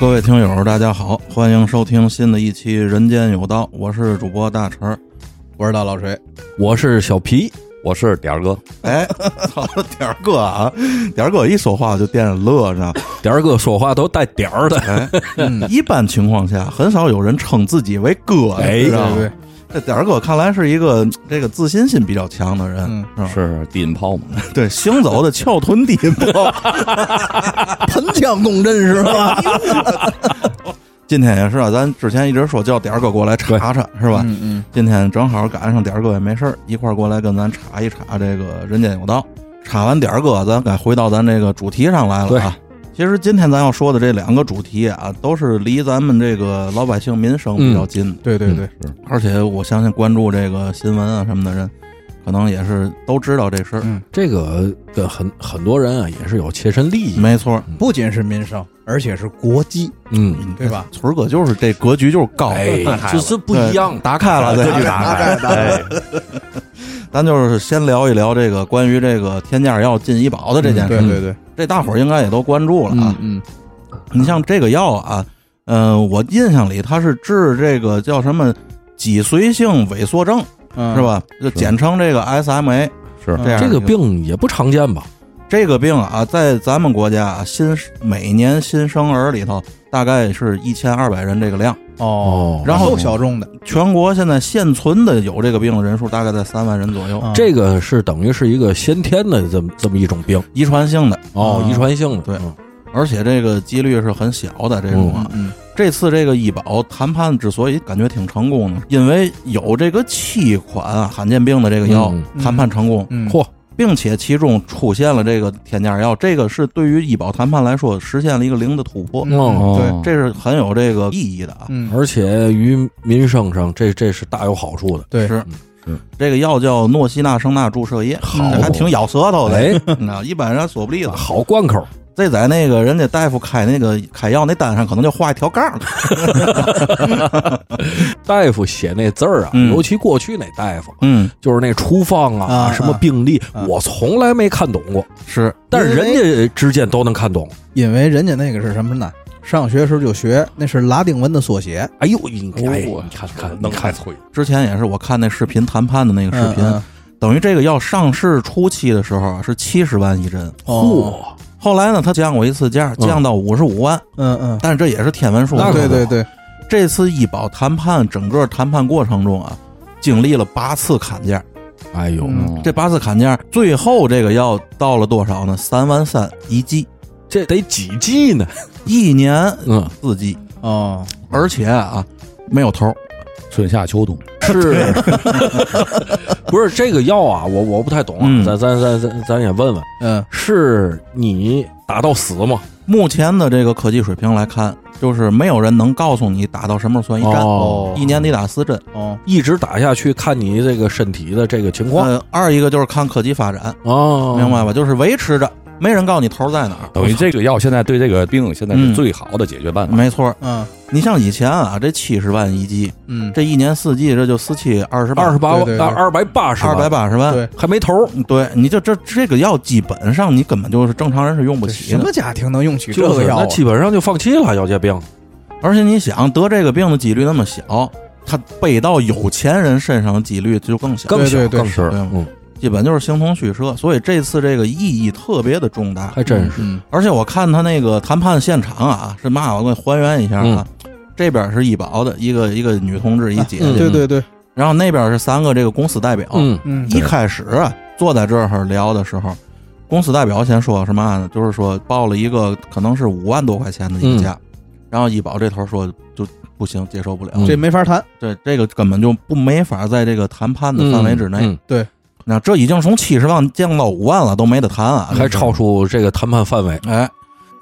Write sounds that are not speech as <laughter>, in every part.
各位听友，大家好，欢迎收听新的一期《人间有道》，我是主播大陈儿。我是大老锤，我是小皮，我是点儿哥，哎， <laughs> 操，点儿哥啊，点儿哥一说话就惦着乐着。点儿哥说话都带点儿的， <laughs> 哎，一般情况下，很少有人称自己为哥，哎你知道吗对对这点儿哥看来是一个嗯这个自信心比较强的人，嗯是吧？是低音炮嘛？对，行走的翘臀低音炮。 <laughs> 盆腔共振是吧？ <laughs> 今天也是啊，咱之前一直说叫点儿哥过来查查，是吧？嗯嗯，今天正好赶上点儿哥也没事儿，一块儿过来跟咱查一查这个人间有道。查完点儿哥，咱该回到咱这个主题上来了啊。其实今天咱要说的这两个主题啊，都是离咱们这个老百姓民生比较近的。嗯嗯对对对，而且我相信关注这个新闻啊什么的人，可能也是都知道这事儿。嗯这个跟很很多人啊也是有切身利嗯益，没错，不仅是民生，而且是国际，嗯，对吧？哎村儿哥就是这格局就是高，哎，就是不对一样，哎打开了再打去开打打开。开打开， <laughs> 咱就是先聊一聊这个关于这个天价药进医保的这件事嗯对儿，对对，这大伙儿应该也都关注了啊。嗯你像这个药啊，嗯、我印象里它是治这个叫什么脊髓性萎缩症嗯，是？吧？就简称这个 SMA 是这样。这个病也不常见吧？这个病啊，在咱们国家啊，新每年新生儿里头大概是一千二百人这个量，哦，嗯然后后小众的，全国现在现存的有这个病的人数大概在三万人左右，嗯这个是等于是一个先天的这么这么一种病遗传性的，哦，嗯遗传性的，对嗯而且这个几率是很小的这种啊。嗯这次这个医保谈判之所以感觉挺成功的，因为有这个七款啊罕见病的这个药、嗯谈判成功，嗯，嚯，并且其中出现了这个天价药，这个是对于医保谈判来说实现了一个零的突破，嗯哦，这是很有这个意义的啊。嗯，而且于民生上这这是大有好处的，对，是是这个药叫诺西那生钠注射液，好这还挺咬舌头的，哎，你知道，一般人说不利了。好贯口，这在那个人家大夫开那个开药那单上，可能就画一条杠儿。大夫写那字儿啊，嗯尤其过去那大夫。嗯，就是那处方啊，啊什么病例，我从来没看懂过，是但是因为人家之间都能看懂。因为人家那个是什么呢？上学时候就学，那是拉丁文的缩写，哎呦，你哎，哦你看看，能你开看，催，之前也是我看那视频谈判的那个视频，嗯嗯等于这个药上市初期的时候啊是七十万一针，哦，嚯，后来呢，它降过一次价，降到五十五万，嗯嗯，但是这也是天文数字。那可啊对不对对，这次医保谈判整个谈判过程中啊，经历了八次砍价，哎呦，嗯这八次砍价，最后这个药到了多少呢？三万三一剂，这得几季呢？一年嗯，四剂，哦，而且啊，没有头儿。春夏秋冬， <laughs> 是， <laughs> 不是这个药啊？我我不太懂嗯啊，咱咱咱咱咱也问问，嗯是你打到死吗？目前的这个科技水平来看，就是没有人能告诉你打到什么时候算一针，哦一年得打四针。哦，一直打下去，看你这个身体的这个情况呃，二一个就是看科技发展，哦，明白吧？就是维持着，没人告诉你头儿在哪儿。等于这个药现在对这个病现在嗯是最好的解决办法。没错儿，嗯你像以前啊，这七十万一剂，嗯，这一年四季这就四七二十八二十八对对万，对二百八十，二百八十万，对还没头儿，嗯对，你就这这个药基本上你根本就是正常人是用不这起什的，么家庭能用起这就个是药那啊？基本上就放弃了腰间病。而且你想得这个病的几率那么小，它背到有钱人身上的几率就更小，更对小对对更小对嗯，基本就是形同虚设。所以这次这个意义特别的重大，还真是。嗯而且我看他那个谈判现场啊，是嘛？我给你还原一下啊，这边是医保的一个一个女同志一姐嗯姐，对对对，然后那边是三个这个公司代表，嗯，嗯一开始啊，坐在这儿聊的时候，公司代表先说什么呢？就是说报了一个可能是五万多块钱的一个价，然后医保这头说就不行，接受不了，嗯这没法谈，这这个根本就不没法在这个谈判的范围之内。嗯嗯那这已经从七十万降到五万了，都没得谈啊，嗯还超出这个谈判范围，哎。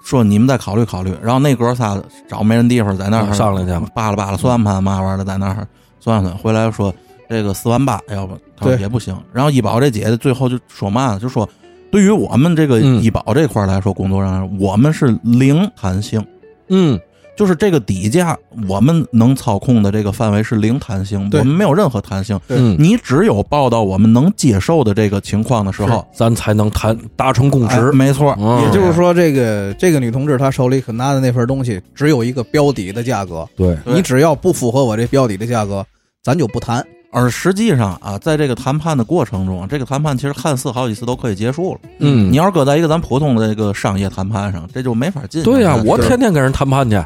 说你们再考虑考虑，然后那哥仨找没人地方，在那儿、嗯商量去吧，扒拉扒拉算盘嘛玩意儿的，在那儿算算，回来说这个四万八，要不他说对也不行。然后医保这姐姐最后就说嘛呢？就说对于我们这个嗯医保这块儿来说，工作上我们是零弹性，嗯，就是这个底价，我们能操控的这个范围是零弹性，对我们没有任何弹性。嗯，你只有报到我们能接受的这个情况的时候，咱才能谈达成共哎识。没错，嗯也就是说，这个这个女同志她手里可拿的那份东西只有一个标底的价格，对，对你只要不符合我这标底的价格，咱就不谈。而实际上啊，在这个谈判的过程中，啊这个谈判其实看似好几次都可以结束了。嗯你，要是搁在一个咱普通的这个商业谈判上，这嗯就没法进行下去。对呀、我是嗯天天跟人谈判去，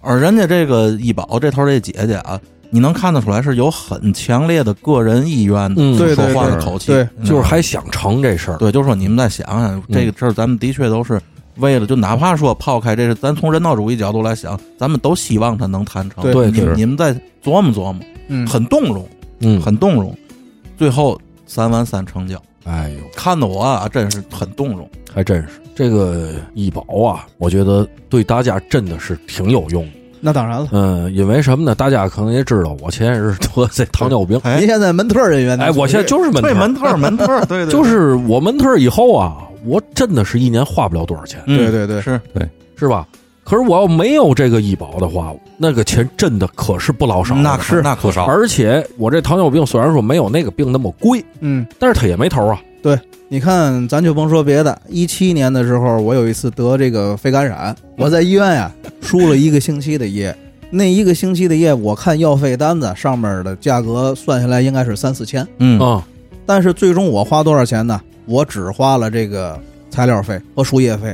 而人家这个医保这头这姐姐啊，你能看得出来是有很强烈的个人意愿的，嗯说对对话的对口气，对嗯就是还嗯想成这事儿。对，就是说你们再想想这个事儿，咱们的确都是为了，就哪怕说抛开这是，咱从人道主义角度来想，咱们都希望他能谈成。对对你是们你们再琢磨琢磨，嗯，很动容，嗯，很动容，最后三万三成交，哎呦，看得我啊，真是很动容。还真是这个医保啊，我觉得对大家真的是挺有用的。那当然了。嗯，因为什么呢？大家可能也知道，我前些日子得 <laughs> 这糖尿病，哎您，现在门特人员呢，哎，我现在就是门对特，门特儿门特儿，对对，就是我门特以后啊，我真的是一年花不了多少钱，嗯对对对是是吧？可是我要没有这个医保的话，那个钱真的可是不老少的。那可是那可少，而且我这糖尿病虽然说没有那个病那么贵，嗯，但是它也没头啊。你看，咱就甭说别的，一七年的时候，我有一次得这个肺感染，我在医院呀、输了一个星期的液。那一个星期的液，我看药费单子上面的价格算下来应该是三四千，嗯啊，但是最终我花多少钱呢？我只花了这个材料费和输液费，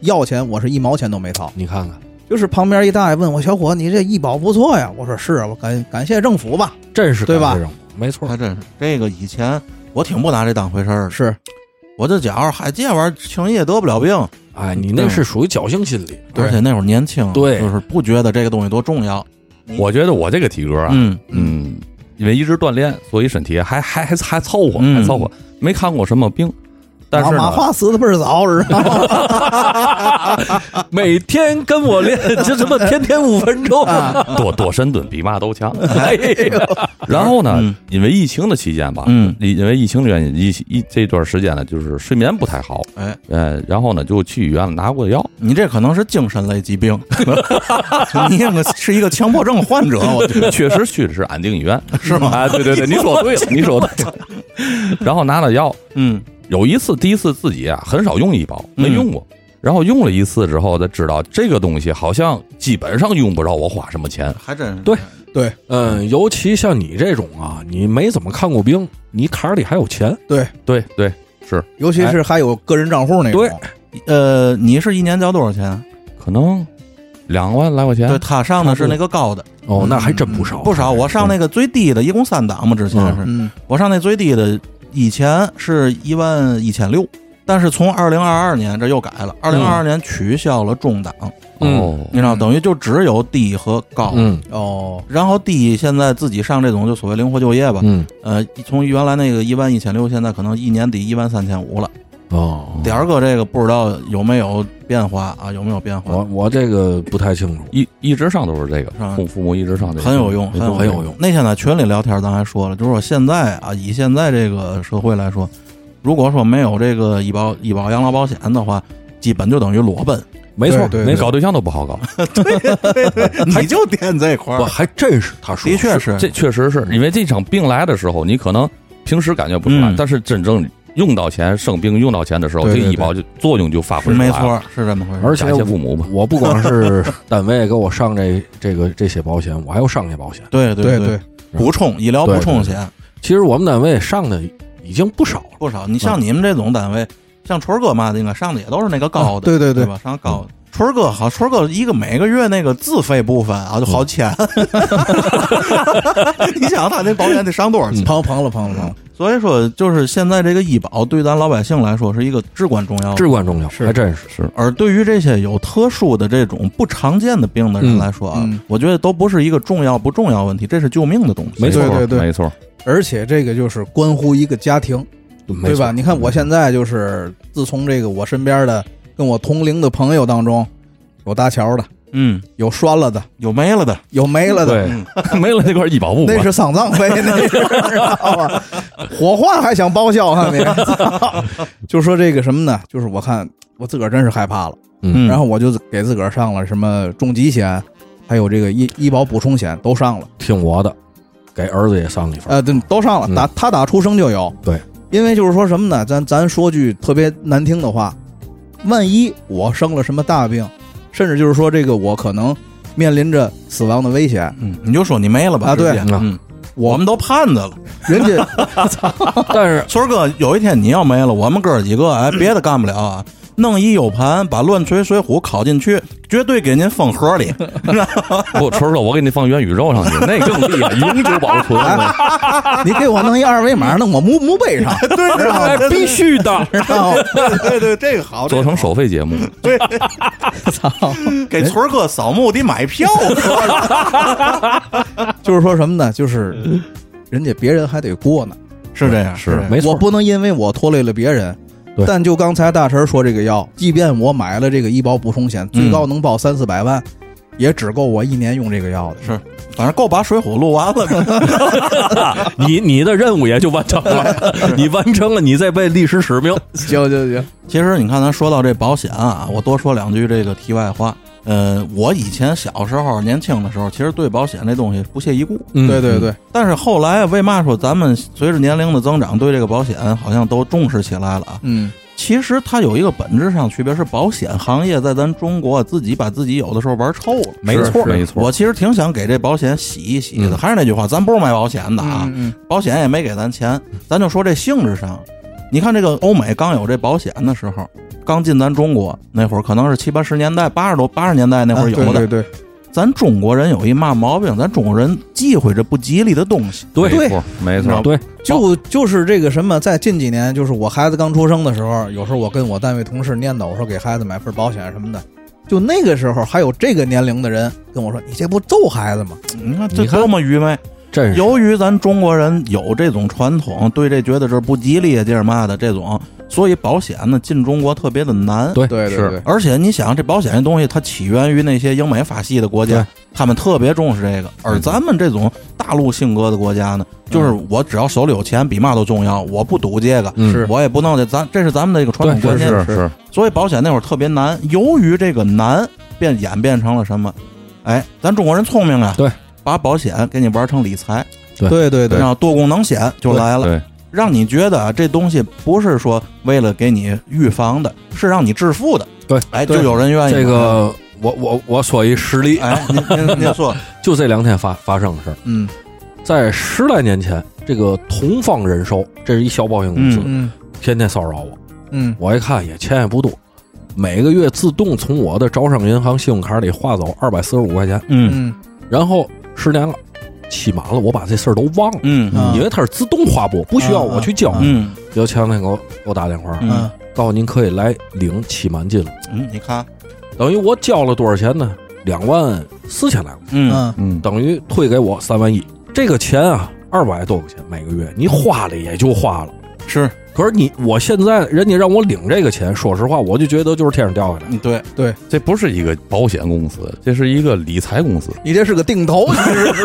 药钱我是一毛钱都没掏。你看看，就是旁边一大爷问我：“小伙，你这医保不错呀？”我说：“是啊，我感感谢政府吧。真是对吧干这种？没错还，真是这个以前我挺不拿这当回事儿”的，是，我就觉着嗨这玩意儿轻易也得不了病，哎，你那是属于侥幸心理。对而且那会儿年轻，对就是不觉得这个东西多重要。我觉得我这个体格啊，嗯，嗯，因为一直锻炼，所以身体还还还还凑合，嗯还凑合，没看过什么病。但是马呢马， <laughs> 化死的倍儿早，知道 <laughs> 吗？每 <laughs> 天哎跟我练，就这么天天五分钟。啊多多深蹲比嘛都 <laughs> 强。 <laughs> 哎呦然后呢嗯，因为疫情的期间吧，嗯因因为疫情的原因，一一这段时间呢，就是睡眠不太好，哎，呃，然后呢就去医院了拿 <laughs> 过药，你这可能是精神类疾病， <laughs> 你应该是一个强迫症患者，我觉得确实去的是安定医院，是吗？啊，对对 <laughs> 对，你说对了，你说对了。 <laughs> 然后拿了药，嗯有一次第一次自己啊很少用医保，没嗯用过。然后用了一次之后，才知道这个东西好像基本上用不着我花什么钱。还真是对对嗯，尤其像你这种啊，你没怎么看过病，你卡里还有钱，对，对对，尤其是还有个人账户那种，呃，你是一年交多少钱？啊可能两万来块钱对，。他上的是那个高的，哦，那还真不少，嗯不少。我上那个最低的，一共三档嘛，之前是嗯，我上那最低的，以前是一万一千六，但是从二零二二年这又改了，二零二二年取消了中档，嗯哦，你知道，等于就只有低和高。嗯哦，然后低现在自己上这种就所谓灵活就业吧，嗯呃，从原来那个一万一千六，现在可能一年抵一万三千五了。哦，点儿哥这个不知道有没有变化啊？有没有变我化？我这个不太清楚，一一直上都是这个是吧，父父母一直上这个，很有用，没有错很有用用。那天在群里聊天，咱还说了，就是说现在啊，以现在这个社会来说，如果说没有这个医保医保养老保险的话，基本就等于裸 <laughs> 奔。没错，对那搞对象都不好搞，你就惦这块我，还真是他说的确是这确实是因为这场病来的时候，你可能平时感觉不出来嗯，但是真正用到钱、生病用到钱的时候，对这对个医保就作用就发是挥出来没了。错，是这么回事。而且感谢父母吧。我不光 <laughs> 是单位给我上这这个这些保险，我还有商业保险。对对对对，补充医疗补充险其实我们单位上的已经不少了。不少。你像你们这种单位，像春儿哥嘛的，应该上的也都是那个高的，对对对啊对吧？上高的。春儿哥好，春儿哥一个每个月那个自费部分啊，就好钱。 <laughs> 你想他那保险得上多少钱？嗯朋朋了朋了朋了，嗯所以说，就是现在这个医保对咱老百姓来说是一个至关重要的。至关重要，是还真是是而对于这些有特殊的这种不常见的病的人嗯来说啊，嗯我觉得都不是一个重要不重要问题，这是救命的东西。没错对对对没错，而且这个就是关乎一个家庭，对对吧？？你看我现在就是，自从这个我身边的跟我同龄的朋友当中，有搭桥的，嗯，有拴了的，有没了的，有没了的，对， <laughs> 没了那块医保不 <laughs> 管那是丧葬 <laughs> 费，那是知道吧？火化还想报销，看没？ <laughs> 就说这个什么呢？就是我看我自个儿真是害怕了，嗯然后我就给自个儿上了什么重疾险、还有这个医医保补充险都上了，听我的，给儿子也上一份。呃，对，都上嗯了，打他打出生就有。对，因为就是说什么呢？咱咱说句特别难听的话，万一我生了什么大病，甚至就是说这个我可能面临着死亡的危险，嗯，你就说你没了吧啊直接对嗯，我我们都盼着了。人家但是村儿哥，有一天你要没了，我们哥儿几个，哎，别的干不了啊，弄一 U 盘，把乱锤水浒拷进去，绝对给您封盒里。 <laughs> 不，春儿哥，我给你放元宇宙上去，那更厉害，永久保存。你给我弄一二维码，弄我墓墓 <laughs> 碑上，对对哎，必须的，知道吗？对对，这个好，做成收费节目，操！给村儿哥扫墓得买票。就是说什么呢？就是人家别人还得过呢， <laughs> 是这样，是这样没错我不能因为我拖累了别人对。但就刚才大陈说这个药，即便我买了这个医保补充险，最高能报三四百万，也只够我一年用这个药的。是，反正够把水浒录完 <laughs> 了。你你的任务也就完成了，你完成了你这辈历史使命。行行行，其实你看，咱说到这保险啊，我多说两句这个题外话。呃，我以前小时候年轻的时候，其实对保险这东西不屑一顾。嗯对对，对，但是后来为嘛说咱们随着年龄的增长，对这个保险好像都重视起来了啊？嗯，其实它有一个本质上区别是，保险行业在咱中国自己把自己有的时候玩臭了。没错没错。嗯我其实挺想给这保险洗一洗的。还是那句话，咱不是卖保险的啊，嗯保险也没给咱钱，咱就说这性质上。你看这个欧美刚有这保险的时候，刚进咱中国那会儿，可能是七八十年代、八十多八十年代那会儿有的。啊对对对，咱中国人有一嘛毛病，咱中国人忌讳这不吉利的东西。对没错，没错，对，就就是这个什么，在近几年，就是我孩子刚出生的时候，有时候我跟我单位同事念叨，我说给孩子买份保险什么的。就那个时候，还有这个年龄的人跟我说：“你这不揍孩子吗你看这你看多么愚昧！真是由于咱中国人有这种传统，对这觉得这不吉利啊，这是嘛的这种，所以保险呢进中国特别的难。？”对对对是对，而且你想，这保险这东西它起源于那些英美法系的国家对，他们特别重视这个。而咱们这种大陆性格的国家呢，就是我只要手里有钱，比嘛都重要。我不赌这个，嗯是我也不弄这，咱这是咱们的一个传统对观是念。是是，所以保险那会儿特别难。由于这个难，变演变成了什么？哎，咱中国人聪明啊，对，把保险给你玩成理财，对对对然，后多功能险就来了，对，让你觉得啊这东西不是说为了给你预防的，是让你致富的。对，哎，对就有人愿意这买。个，我我我说一实例，哎，您您您说，就这两天发发生的事儿，嗯在十来年前，这个同方人寿，这是一小保险公司，嗯天天骚扰我，嗯，我一看也钱也不多。每个月自动从我的招商银行信用卡里划走二百四十五块钱，嗯嗯，然后十年了，期满了，我把这事儿都忘了，嗯啊因为它是自动划拨，不需要我去交。嗯有前两天给我给我打电话，嗯嗯告诉您可以来领期满金了，嗯，你看，等于我交了多少钱呢？两万四千来块钱，嗯嗯嗯，等于退给我三万一。这个钱啊，二百多块钱每个月，你花了也就花了。是，可是你，我现在人家让我领这个钱，说实话，我就觉得就是天上掉下来的。嗯对，这不是一个保险公司，这是一个理财公司。你这是个 <laughs> 定投，你这是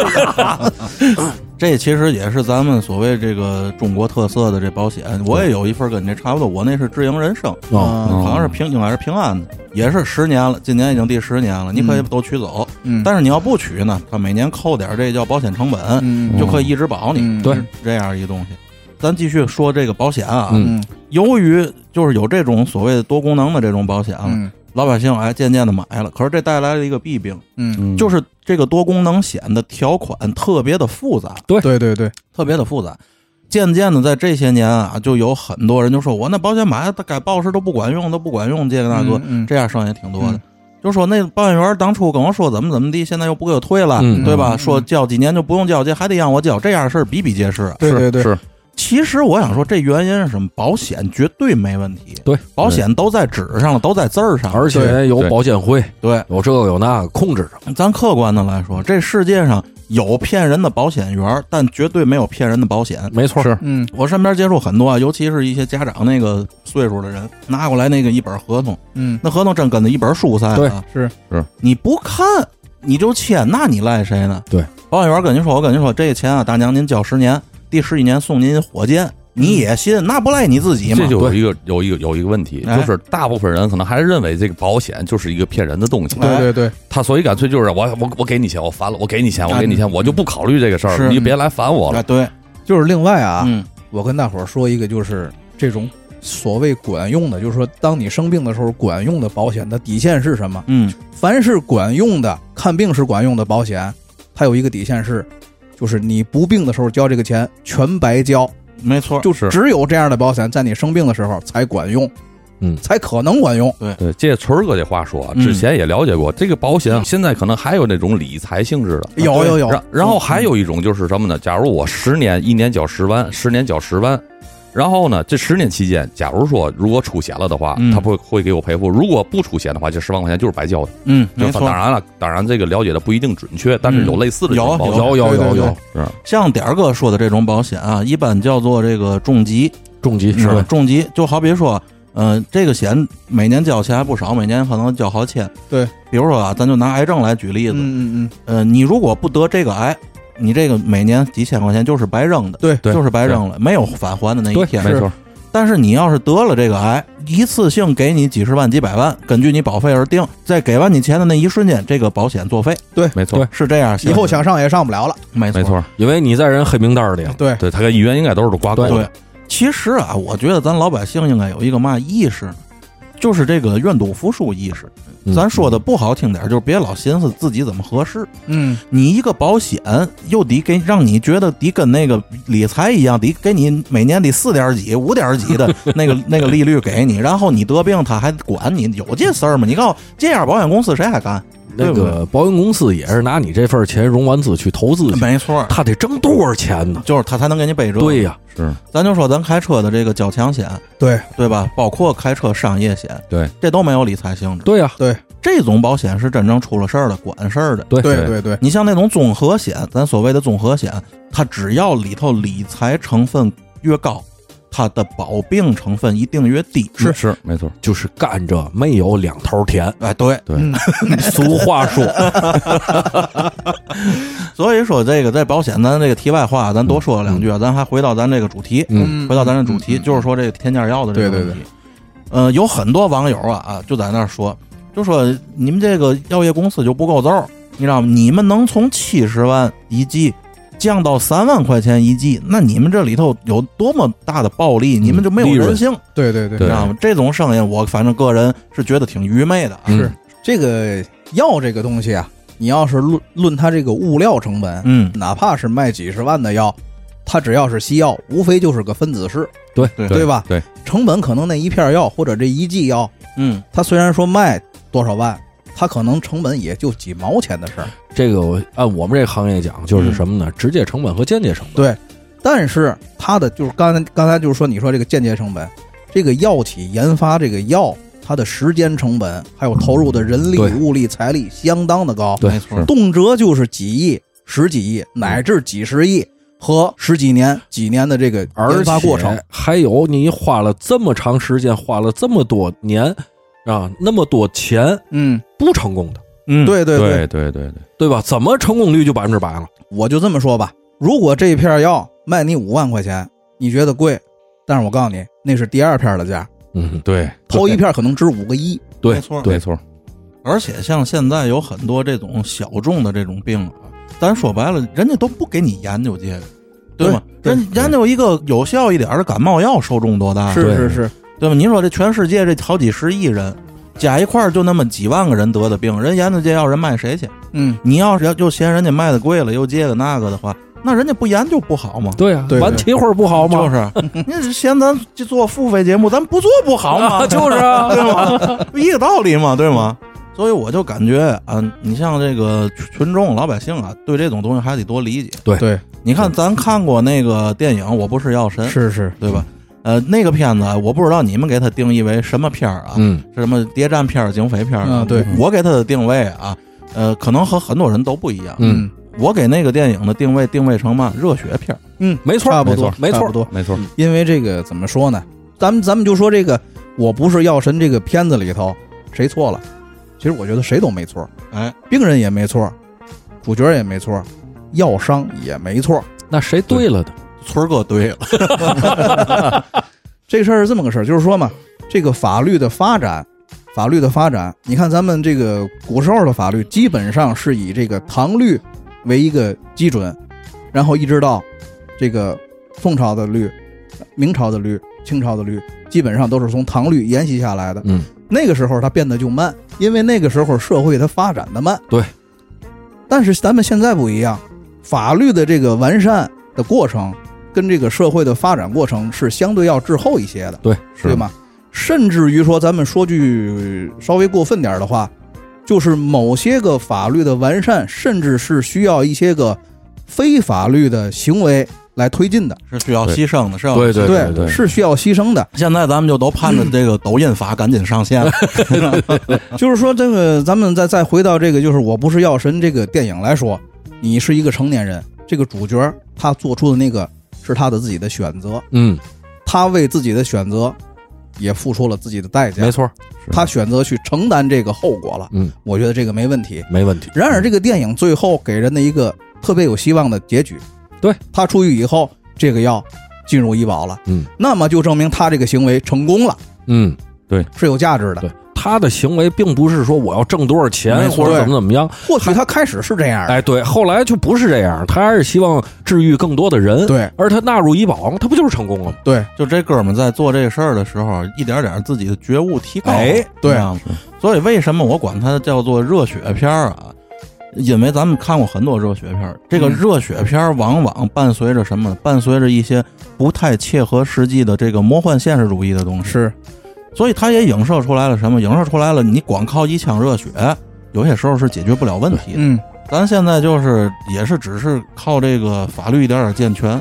这其实也是咱们所谓这个中国特色的这保险。我也有一份跟你这差不多，我那是智盈人生，哦，嗯好像是平应该是平安的，也是十年了，今年已经第十年了，你可以都取走，嗯但是你要不取呢，它每年扣点这叫保险成本，嗯就可以一直保你，嗯对是这样一东西。咱继续说这个保险啊，嗯嗯由于就是有这种所谓的多功能的这种保险啊了，嗯老百姓哎渐渐的买了，可是这带来了一个弊病，嗯，就是是这个多功能险的条款特别的复杂，对对对，特别的复杂。渐渐的，在这些年啊，就有很多人就说：“我那保险买的改报时都不管用，都不管用，这个那个。嗯嗯这样声音挺多的。就说那保险员当初跟我说怎么怎么地，现在又不给我退了，嗯对吧？嗯嗯说交几年就不用交，这还得让我交，这样的事儿比比皆是。嗯对对对，是其实我想说，这原因是什么？保险绝对没问题，对，保险都在纸上了，都在字儿上。而且有对保监会，对，有这个有那个控制着。咱客观的来说，这世界上有骗人的保险员，但绝对没有骗人的保险。没错，是嗯我身边接触很多啊，尤其是一些家长那个岁数的人，拿过来那个一本合同，嗯那合同真跟着一本书似对的啊，是是，你不看你就签，那你赖谁呢？对，保险员跟您说，我跟您说，这个钱啊，大娘您交十年，第十一年送您火箭，你也信，那不赖你自己嘛嗯这。就有一个有一个有一个问题，哎就是大部分人可能还是认为这个保险就是一个骗人的东西，哎对对对，他所以干脆就是我我我给你钱，我烦了，我给你钱，我啊给你钱，我就不考虑这个事儿是了，你别来烦我啊，了。对，就是另外啊，嗯，我跟大伙儿说一个，就是这种所谓管用的，就是说当你生病的时候，管用的保险的底线是什么？嗯，凡是管用的看病是管用的保险，它有一个底线是，就是你不病的时候交这个钱全白交，没错，就是只有这样的保险在你生病的时候才管用，嗯才可能管用。对，呃借春儿哥这话说啊，嗯之前也了解过，这个保险现在可能还有那种理财性质的。有有有，然然后还有一种就是什么呢？假如我十年一年缴十万，十年缴十万，然后呢，这十年期间，假如说如果出险了的话，嗯他不会会给我赔付；如果不出险的话，这十万块钱就是白交的。嗯，就没错当。然了，当然这个了解的不一定准确，但是有类似嗯的这种保险有有有对对有对有像点儿哥说的这种保险啊，一般叫做这个重疾，重疾是吧？吧？重疾就好比说，嗯，这个险每年交钱还不少，每年可能交好千。对，比如说啊，咱就拿癌症来举例子，嗯嗯嗯，呃，你如果不得这个癌，你这个每年几千块钱就是白扔的，对对就是白扔了，没有返还的那一对天。没错，但是你要是得了这个癌，一次性给你几十万、几百万，根据你保费而定，在给完你钱的那一瞬间，这个保险作废，没错，对是这样想的。以后想上也上不了了。没没错，因为你在人黑名单里了，啊对，对他跟医院应该都是挂钩对的。，其实啊，我觉得咱老百姓应该有一个嘛意识呢，就是这个愿赌服输意识。嗯咱说的不好听点儿，就是别老寻思自己怎么合适。嗯，你一个保险又得给让你觉得得跟那个理财一样，得给你每年得四点几、五点几 <laughs> 的那个那个利率给你，然后你得病他还管你，有这事儿吗？你告诉我，这样保险公司谁还干？对那不个保险公司也是拿你这份钱融完资去投资对去，没错儿，他得挣多少钱呢？就是他才能给你背这。对，呀，是咱就说咱开车的这个交强险，对对吧？包括开车商业险，对，这都没有理财性质。对呀，这种保险是真正出了事儿的，管事儿的。对对对对，你像那种综合险，咱所谓的综合险，它只要里头理财成分越高，它的保病成分一定越低。。是，是，没错，就是干这没有两头甜哎，对，对嗯俗话说，所以说这个在保险，咱这个题外话，咱多说两句啊，咱还回到咱这个主题，嗯，回到咱这主题，就是是说这个添加药的这个对问对题。呃，有很多网友啊啊，就在那儿说，就说你们这个药业公司就不够揍儿，你知道吗？你们能从七十万一剂降到三万块钱一剂，那你们这里头有多么大的暴利？你们就没有嗯利润人性，对对你对对知道吗？这种声音，我反正个人是觉得挺愚昧的啊。嗯是这个药这个东西啊，你要是论论它这个物料成本，嗯，哪怕是卖几十万的药，它只要是西药，无非就是个分子式，对对对吧？对，成本可能那一片药或者这一剂药，嗯，它虽然说卖多少万，它可能成本也就几毛钱的事儿。这个我按我们这行业讲，就是什嗯么呢？直接成本和间接成本。对，但是它的就是刚才刚才就是说你说这个间接成本，这个药企研发这个药，它的时间成本还有投入的人力对、物力、财力相当的高，对没错是，动辄就是几亿、十几亿乃至几十亿和十几年、几年的这个而研发过程且。还有你花了这么长时间，花了这么多年啊，那么多钱嗯，不成功的，嗯，对对对，对对对对，对吧？怎么成功率就百分之百了？我就这么说吧，如果这片药卖你五万块钱，你觉得贵，但是我告诉你，那是第二片的价，嗯，对，头一片可能值五个一。对没错，没错，而且像现在有很多这种小众的这种病啊，咱说白了，人家都不给你研究这个，对吗？对人研究一个有效一点的感冒药受众多大？啊对是是，对吧？你说这全世界这好几十亿人，加一块儿就那么几万个人得的病，人研究这药人卖谁去？嗯，你要是要又嫌人家卖的贵了，又这个那个的话，那人家不研究不好吗？对呀对对晚起会儿不 <laughs> 好吗？就是，你嫌咱就做付费节目，咱不做不好吗？ <laughs> 啊，就是啊，对 <laughs> 吗？不一个道理嘛，对吗？所以我就感觉啊，你像这个群众老百姓啊，对这种东西还得多理解。对，你看，咱看过那个电影《我不是药嗯神》，是是，对吧？呃，那个片子啊我不知道你们给它定义为什么片儿啊？嗯，是什么谍战片儿、警匪片儿啊？嗯对我给它的定位啊，呃，可能和很多人都不一样。嗯，我给那个电影的定位定位成嘛热血片儿，嗯，没错儿，差不多，没错差儿不，多。没错，因为这个怎么说呢？咱们咱们就说这个，我不是药神这个片子里头谁错了？其实我觉得谁都没错，哎，病人也没错，主角也没错，药商也没错。那谁对了的？村儿哥对了，这事儿是这么个事儿，就是说嘛，这个法律的发展，法律的发展，你看咱们这个古时候的法律，基本上是以这个唐律为一个基准，然后一直到这个宋朝的律、明朝的律、清朝的律，基本上都是从唐律沿袭下来的。嗯，那个时候它变得就慢，因为那个时候社会它发展的慢。对，但是咱们现在不一样，法律的这个完善的过程跟这个社会的发展过程是相对要滞后一些的。对，对吗？甚至于说，咱们说句稍微过分点儿的话，就是某些个法律的完善，甚至是需要一些个非法律的行为来推进的，是需要牺牲的，是吧？对对对对，是需要牺牲的。现在咱们就都盼 <clears throat> 着这个抖音法赶紧上线了。啊就是说，这个咱们再再回到这个，就是我不是药神这个电影来说，你是一个成年人，这个主角他做出的那个是他的自己的选择，嗯，他为自己的选择也付出了自己的代价没，错，他选择去承担这个后果了。嗯，我觉得这个没问题。没问题。然而，这个电影最后给人的一个特别有希望的结局。对他出狱以后，这个药进入医保了，嗯，那么就证明他这个行为成功了，嗯，是有价值的。对，他的行为并不是说我要挣多少没钱错或者怎么怎么样，或许他开始是这样的，哎，对，后来就不是这样，他还是希望治愈更多的人。，对而他纳入医保，他不就是成功了吗？对，就这哥们儿在做这事儿的时候，一点点自己的觉悟提高了，哎你对知道吗所以为什么我管它叫做热血片儿啊？因为咱们看过很多热血片儿，这个嗯热血片儿往往伴随着什么？伴随着一些不太切合实际的这个魔幻现实主义的东西，是所以它也影射出来了什么？影射出来了，你光靠一腔热血，有些时候是解决不了问题的。嗯，咱现在就是也是只是靠这个法律一点点健全，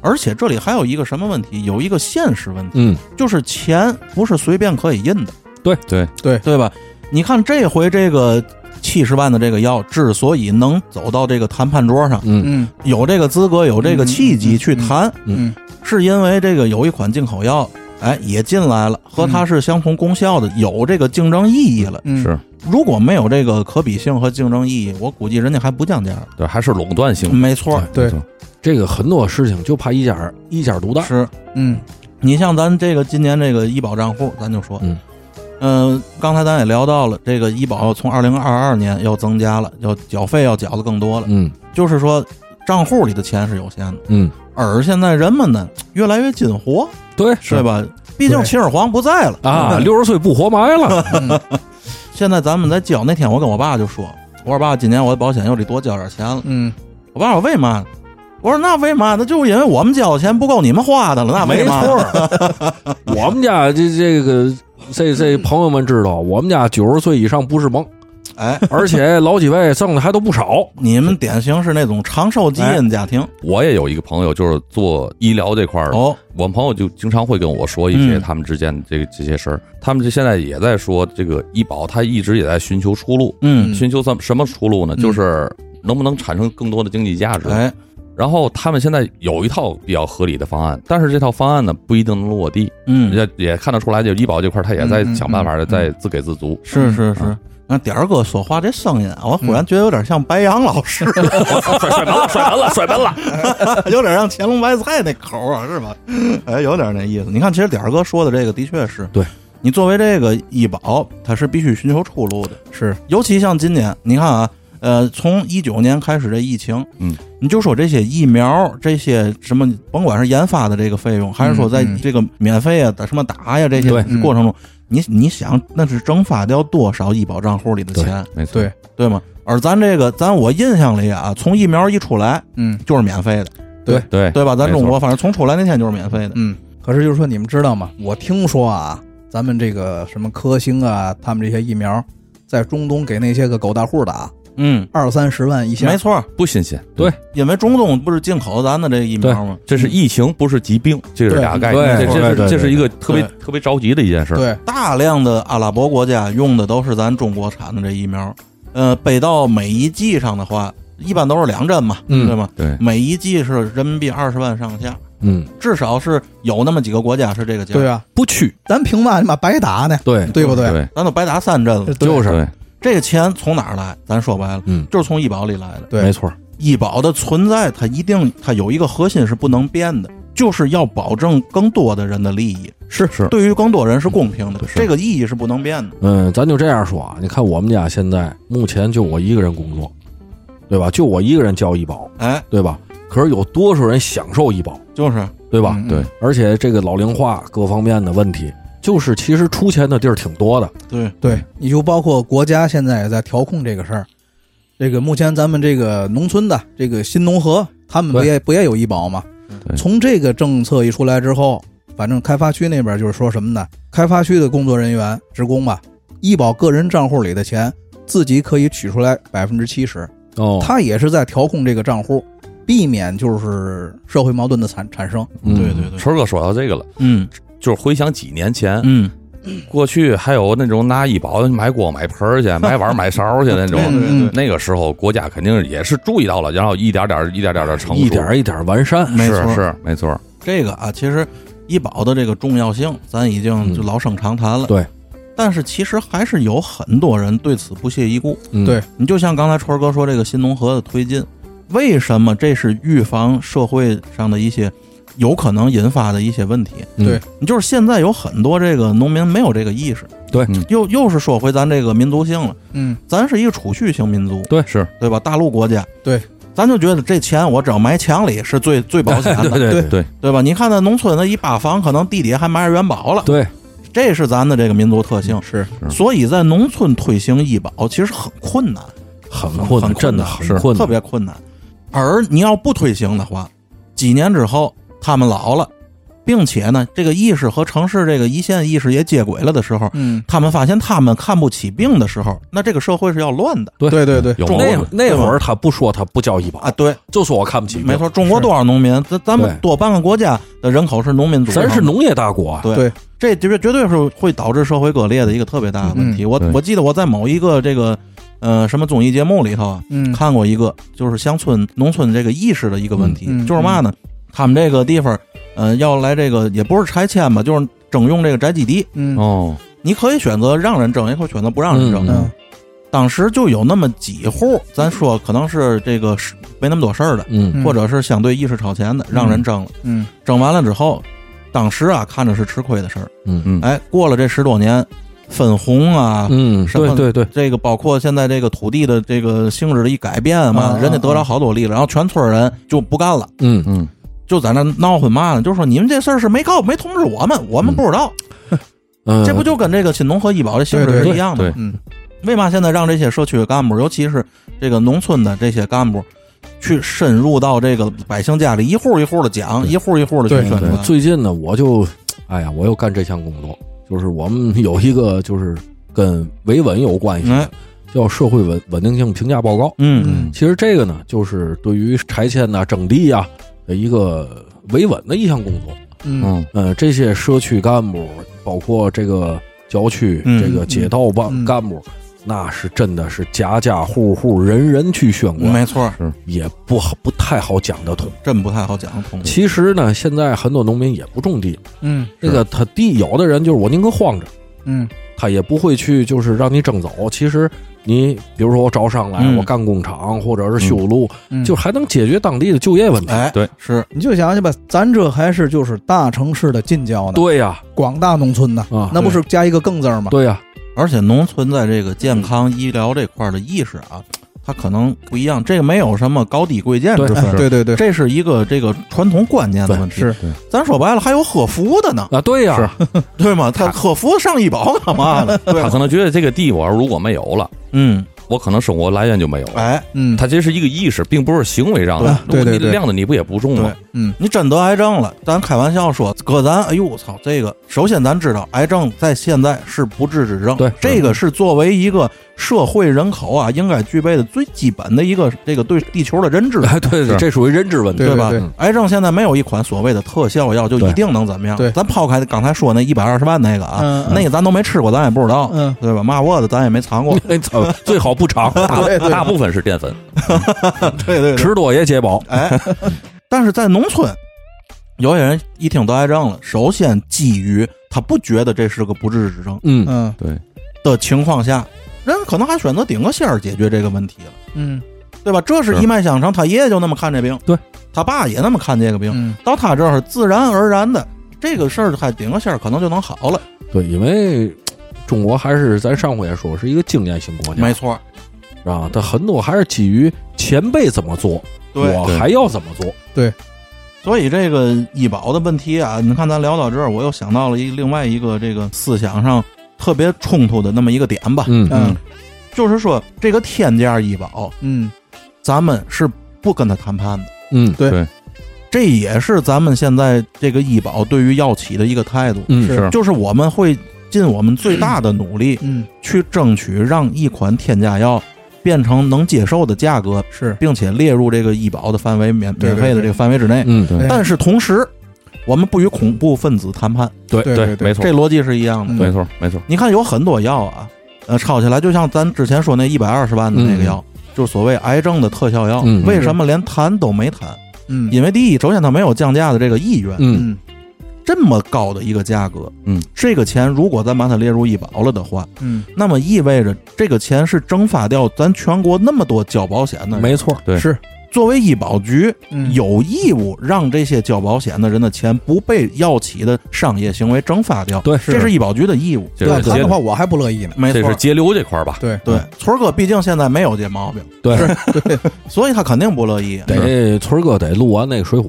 而且这里还有一个什么问题？有一个现实问题，嗯，就是钱不是随便可以印的，对对吧？你看这回这个七十万的这个药，之所以能走到这个谈判桌上，嗯嗯有这个资格，有这个契机去谈，嗯是因为这个有一款进口药。哎，也进来了，和它是相同功效的，有这个竞争意义了。嗯，是如果没有这个可比性和竞争意义，我估计人家还不降价。对，还是垄断性。没错，对没错，这个很多事情就怕一家一家独大。是嗯你像咱这个今年这个医保账户，咱就说，嗯呃，刚才咱也聊到了，这个医保从二零二二年又增加了，要缴费要缴的更多了，嗯就是说账户里的钱是有限的，嗯，而现在人们呢越来越紧活，对对吧？毕竟对秦始皇不在了 <laughs> 啊，六十岁不活埋了。嗯现在咱们在交那天，我跟我爸就说，我说爸，今年我的保险又得多交点钱了。嗯，我爸说为嘛？我说那为嘛？那就是因为我们交的钱不够你们花的了，那为没嘛？错儿， <laughs> 我们家这这个这这朋友们知道，我们家九十岁以上不是梦，哎，而且老几位挣的还都不 <laughs> 少。你们典型是那种长寿基哎因家庭我也有一个朋友，就是做医疗这块儿的，哦。我朋友就经常会跟我说一些嗯他们之间的这这些事儿。他们这现在也在说，这个医保他一直也在寻求出路，嗯，寻求什么什么出路呢？嗯就是能不能产生更多的经济价值。哎，然后他们现在有一套比较合理的方案，但是这套方案呢不一定能落地，嗯，也也看得出来，就医保这块儿他也在嗯嗯想办法嗯的嗯在自给自足。是是是啊。那点儿哥说话这声音啊，我忽然觉得有点像白杨老师，甩甩门了，甩门了，甩门了。有点像乾隆白菜那口儿啊，是吧？哎，有点那意思。你看，其实点儿哥说的这个的确是对。你作为这个医保，它是必须寻求出路的，是尤其像今年，你看啊，呃，从一九年开始这疫情，嗯，你就说这些疫苗，这些什么，甭管是研发的这个费用，还是说在嗯嗯这个免费啊、打什么打呀这些对嗯过程中，你你想那是蒸发掉多少医保账户里的钱，没错，对，对吗？而咱这个，咱我印象里啊，从疫苗一出来嗯就是免费的，对对吧？咱没错中国反正从出来那天就是免费的，嗯。可是就是说，你们知道吗？我听说啊，咱们这个什么科兴啊，他们这些疫苗，在中东给那些个狗大户打嗯，二三十万一箱没，错儿，不新鲜。对因为中东不是进口咱的这疫苗吗？这是疫情，不是疾病，这是对俩概念。对这对这对是这是一个对特别对特别着急的一件事。，对，大量的阿拉伯国家用的都是咱中国产的这疫苗，呃，背到每一剂上的话，一般都是两针嘛，嗯对吗？对每一剂是人民币二十万上下，嗯，至少是有那么几个国家是这个价，对啊，不去，咱凭嘛你妈白打呢？对，对不对？对，咱都白打三针了。对就是对，这个钱从哪儿来？咱说白了，嗯就是从医保里来的。对没错儿，医保的存在，它一定它有一个核心是不能变的，就是要保证更多的人的利益，是是，对于更多人是公平的，嗯是这个意义是不能变的。嗯，咱就这样说啊，你看我们家现在目前就我一个人工作，对吧？就我一个人交医保，哎，对吧？可是有多少人享受医保，就是对吧？嗯嗯对而且这个老龄化各方面的问题，就是其实出钱的地儿挺多的，对，对，你就包括国家现在也在调控这个事儿。这个目前咱们这个农村的这个新农合，他们不也不也有医保吗对？从这个政策一出来之后，反正开发区那边就是说什么呢？开发区的工作人员、职工吧，医保个人账户里的钱自己可以取出来百分之七十，哦他也是在调控这个账户，避免就是社会矛盾的产产生。嗯对对对，春儿哥说到这个了，嗯就是回想几年前，嗯，过去还有那种拿医保买锅买盆儿去，买碗儿买勺儿去那种对。对对嗯对，那个时候，国家肯定也是注意到了，然后一点点儿、一点点的成熟，一点儿一点儿完善，没是错是没错儿，这个啊，其实医保的这个重要性，咱已嗯经就老生常谈了。对，但是其实还是有很多人对此不屑一顾。嗯对你就像刚才春儿哥说这个新农合的推进，为什么这是预防社会上的一些有可能引发的一些问题？嗯对你就是现在有很多这个农民没有这个意识，对嗯又又是说回咱这个民族性了，嗯，咱是一个储蓄型民族，对是，对吧？大陆国家，对，咱就觉得这钱我只要埋墙里是最最保险的， <laughs> 对对对对吧？你看那农村那一扒房，可能地底下还埋着元宝了，对，这是咱的这个民族特性。是嗯所以在农村推行医保其实很困难，很困很难，困难真的是很困难，特别困难。而你要不推行的话，几年之后他们老了，并且呢，这个意识和城市这个一线意识也接轨了的时候，嗯，他们发现他们看不起病的时候，那这个社会是要乱的对嗯对对，有中矛国盾那那对吧会儿他不说他不交医保啊！，对，就说我看不起，没，错，中国多少农民，咱咱们对多半个国家的人口是农民组成的，咱是农业大国啊，对这对绝绝对是会导致社会割裂的一个特别大的问题。我对我记得我在某一个这个呃什么综艺节目里头啊，嗯，看过一个就是乡村农村这个意识的一个问题，嗯嗯就是嘛呢？他们这个地方，呃，要来这个也不是拆迁吧，就是征用这个宅基地，嗯哦，你可以选择让人征，也可以选择不让人征。嗯嗯当时就有那么几户，咱说可能是这个是没那么多事儿的，嗯，嗯或者是相对意识超前的，让人征了。嗯征完了之后，当时啊看着是吃亏的事儿，嗯嗯哎，过了这十多年，分红啊，嗯，什么对对对，这个包括现在这个土地的这个性质的一改变嘛，啊人家得着好多利了，然后全村人就不干了，嗯，嗯，就在那闹混嘛呢，就说你们这事儿是没告没通知我们，我们不知道，嗯这不就跟这个新农合医保的性质对对是对一样的吗？对嗯为嘛现在让这些社区干部，尤其是这个农村的这些干部，去深入到这个百姓家里，一户一户的讲，一户一户的去宣我传，最近呢，我就，哎呀，我又干这项工作，就是我们有一个就是跟维稳有关系，哎，叫社会稳稳定性评价报告。嗯其实这个呢，就是对于拆迁呐、整地呀、的一个维稳的一项工作。嗯嗯呃，这些社区干部，包括这个郊区、嗯这个街道办、嗯干部，那是真的是家家户户、人人去宣嗯，贯，没嗯错，也不好不太好讲得通。真不太好讲通。其实呢，现在很多农民也不种地，嗯那个他地有的人就是我宁可晃着，嗯他也不会去就是让你征走。其实你比如说我招商来，嗯我干工厂或者是修路，嗯，就还能解决当地的就业问题。哎，对，是你就想想吧，咱这还是就是大城市的近郊呢，对呀，广大农村呢，啊那不是加一个“更”字儿吗？对呀，而且农村在这个健康医疗这块儿的意识啊，它可能不一样。这个没有什么高低贵贱之哎分，对对对，这是一个这个传统观念的问题。是咱说白了，还有喝服的呢，啊对呀，对吗？他喝服上医保干嘛 <laughs> 呢？对他吧？可能觉得这个地我如果没有了，嗯，我可能生活来源就没有了。哎，嗯，他这是一个意识，并不是行为上的。如对果对你对量的你不也不中吗？嗯你真得癌症了，咱开玩笑说，搁咱，哎呦我操，这个首先咱知道，癌症在现在是不治之症，对这个是作为一个社会人口啊应该具备的最基本的一个这个对地球的认知，哎 <laughs> 对，是这属于认知问题，对。吧嗯对？癌症现在没有一款所谓的特效药就一定能怎么样。对咱抛开刚才说那一百二十万那个啊，嗯嗯那个咱都没吃过，咱也不知道，嗯对吧？嘛窝子咱也没尝过哎操，最好不尝，大对对大部分是淀粉，对对。吃多也解饱。 <laughs> 哎，但是在农村，有些人一听得癌症了，首先基于他不觉得这是个不治之症嗯，嗯对，的情况下，人可能还选择顶个线儿解决这个问题了。嗯对吧？这是是一脉相承，他爷爷就那么看这病，对，他爸也那么看这个病，嗯到他这儿自然而然的这个事儿，他顶个线儿可能就能好了。对，因为中国还是咱上回也说是一个经验型国家，没错，啊，它很多还是基于前辈怎么做，对，我对还要怎么做。所以这个医保的问题啊，你看咱聊到这儿，我又想到了一另外一个这个思想上特别冲突的那么一个点吧，嗯嗯就是说这个天价医保，嗯，咱们是不跟他谈判的。嗯这也是咱们现在这个医保对于药企的一个态度，嗯，是就是我们会尽我们最大的努力嗯去争取让一款天价药变成能接受的价格，是并且列入这个医保的范围免对对免费的这个范围之内。嗯对对但是同时，我们不与恐怖分子谈判，对对没错这，逻辑是一样的。嗯没错，没错，你看，有很多药啊，呃，抄起来就像咱之前说那一百二十万的那个药，就是所谓癌症的特效药，嗯为什么连谈都没谈？嗯因为第一，首先它没有降价的这个意愿。嗯嗯这么高的一个价格，嗯，这个钱如果咱把它列入医保了的话，嗯那么意味着这个钱是蒸发掉咱全国那么多交保险的人。没错，对是作为医保局嗯有义务让这些交保险的人的钱不被药企的商业行为蒸发掉，对这是医保局的义务。这要是谈节啊的话，我还不乐意呢。没这错是，节流这块儿吧？对对，村儿哥毕竟现在没有这毛病，对是 <laughs> 对，所以他肯定不乐意。得村儿哥得录完那个《水浒》，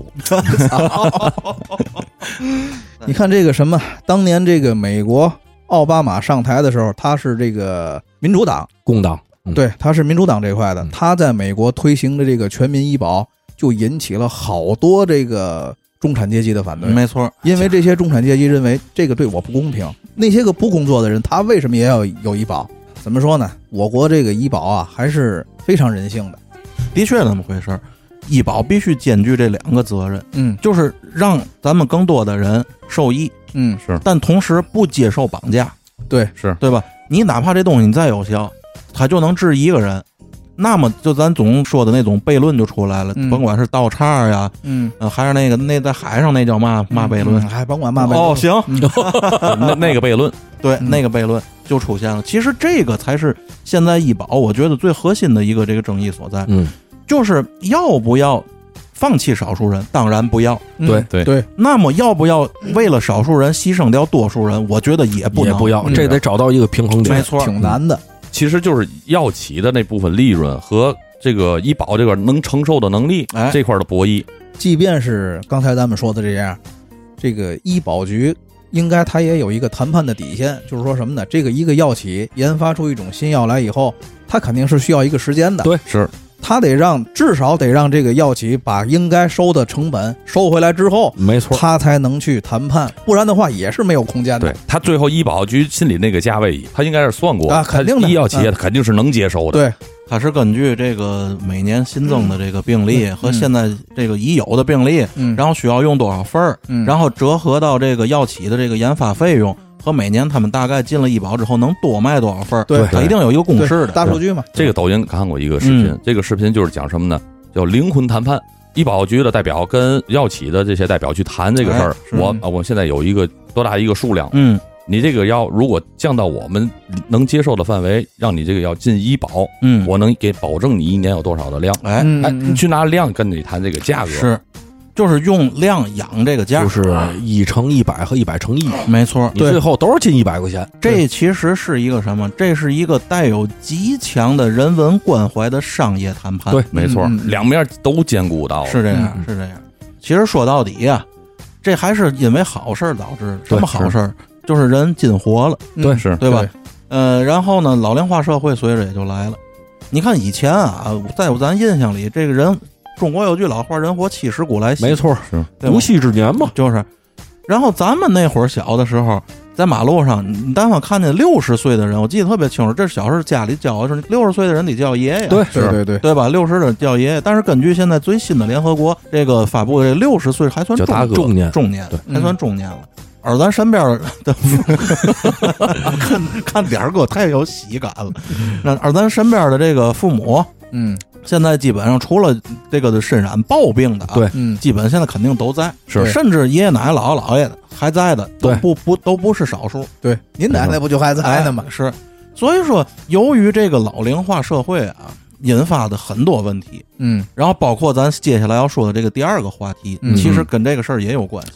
你看这个什么，当年这个美国奥巴马上台的时候，他是这个民主党，共党，嗯对，他是民主党这块的嗯，他在美国推行的这个全民医保，就引起了好多这个中产阶级的反对，没错，因为这些中产阶级认为这个对我不公平。那些个不工作的人，他为什么也要有医保？怎么说呢？我国这个医保啊，还是非常人性的。的确那么回事儿。医保必须兼具这两个责任，嗯就是让咱们更多的人受益，嗯，但同时不接受绑架，对，是对吧？你哪怕这东西你再有效，它就能治一个人，那么就咱总说的那种悖论就出来了，嗯甭管是倒叉呀，嗯，呃还是那个那在海上那叫嘛嘛悖论嗯，还甭管嘛嗯悖论哦，行，那那个悖论，对，嗯那个悖论就出现了。其实这个才是现在医保我觉得最核心的一个这个争议所在，嗯，就是要不要放弃少数人？当然不要。嗯对对对，那么要不要为了少数人牺牲掉多数人？我觉得也不也能，不要，嗯这得找到一个平衡没点。错，挺难的。其实就是药企的那部分利润和这个医保这个能承受的能力哎这块儿的博弈。即便是刚才咱们说的这样，这个医保局应该它也有一个谈判的底线，就是说什么呢？这个一个药企研发出一种新药来以后，它肯定是需要一个时间的，对是它得让至少得让这个药企把应该收的成本收回来之后，没错，它才能去谈判，不然的话也是没有空间的对。他最后医保局心里那个价位，他应该是算过啊肯定的他医药企业肯定是能接受的。对，它是根据这个每年新增的这个病例嗯和现在这个已有的病例，嗯，然后需要用多少份儿，嗯然后折合到这个药企的这个研发费用和每年他们大概进了医保之后能多卖多少份儿，对它一定有一个共对识的。大数据嘛，这个抖音看过一个视频嗯，这个视频就是讲什么呢？叫灵魂谈判。医保局的代表跟药企的这些代表去谈这个事儿哎，是我啊，我现在有一个多大一个数量？嗯你这个药如果降到我们能接受的范围，让你这个药进医保，嗯，我能给保证你一年有多少的量。哎嗯哎，你去拿量跟你谈这个价格，是，就是用量养这个价，就是一乘一百和一百乘一，没错。你最后都是进一百块钱。这其实是一个什么？这是一个带有极强的人文关怀的商业谈判。对，没错，嗯嗯两面都兼顾到了。是这样嗯，是这样。其实说到底呀、啊这还是因为好事儿导致的。什么好事儿？就是人进活了，对，是对吧？呃，然后呢，老龄化社会随着也就来了。你看以前啊，在咱印象里，这个人，中国有句老话，“人活七十古来稀”，没，错，对吧无戏之年嘛。就是。然后咱们那会儿小的时候，在马路上，你你但凡看见六十岁的人，我记得特别清楚，这是小时候家里教的是六十岁的人得叫爷爷，对对对对，对吧？六十的叫爷爷，但是根据现在最新的联合国这个发布，这六十岁还算叫大中哥中年中年对，还算中年了。而咱身边的 <laughs> 看看点儿哥太有喜感了，那而咱身边的这个父母，嗯现在基本上除了这个身染暴病的啊，对嗯基本现在肯定都在，是甚至爷爷奶奶、姥姥姥爷还在的，都对不不都不是少数，对，哎您奶奶不就还在呢吗？是，所以说，由于这个老龄化社会啊，引发的很多问题。嗯，然后包括咱接下来要说的这个第二个话题，嗯其实跟这个事儿也有关系。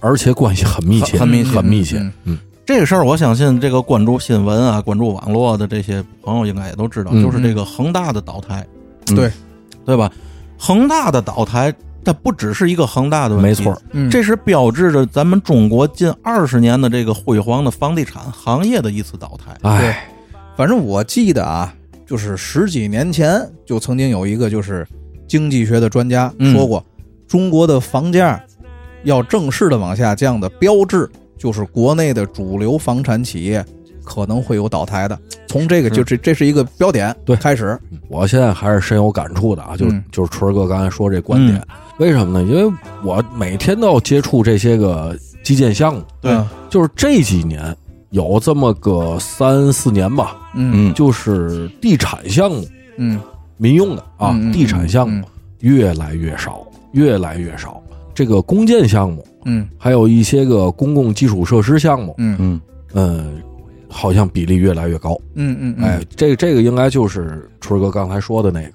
而且关系很密切，很密切很密切。嗯嗯，这个事儿，我相信这个关注新闻啊、关注网络的这些朋友应该也都知道，嗯就是这个恒大的倒台，嗯对对吧？恒大的倒台，它不只是一个恒大的问题，没错儿，嗯这是标志着咱们中国近二十年的这个辉煌的房地产行业的一次倒台。对哎，，反正我记得啊，就是十几年前就曾经有一个就是经济学的专家嗯说过，中国的房价要正式的往下降的标志，就是国内的主流房产企业可能会有倒台的。从这个就这这是一个标点对开始，我现在还是深有感触的啊，就嗯就是春儿哥刚才说这观点，嗯为什么呢？因为我每天都要接触这些个基建项目，对嗯就是这几年有这么个三四年吧，嗯嗯，就是地产项目，嗯民用的啊，嗯嗯地产项目越来越少，越来越少。这个公建项目，嗯还有一些个公共基础设施项目，嗯嗯嗯嗯，好像比例越来越高。嗯嗯，嗯哎，，这这个应该就是春儿哥刚才说的那个，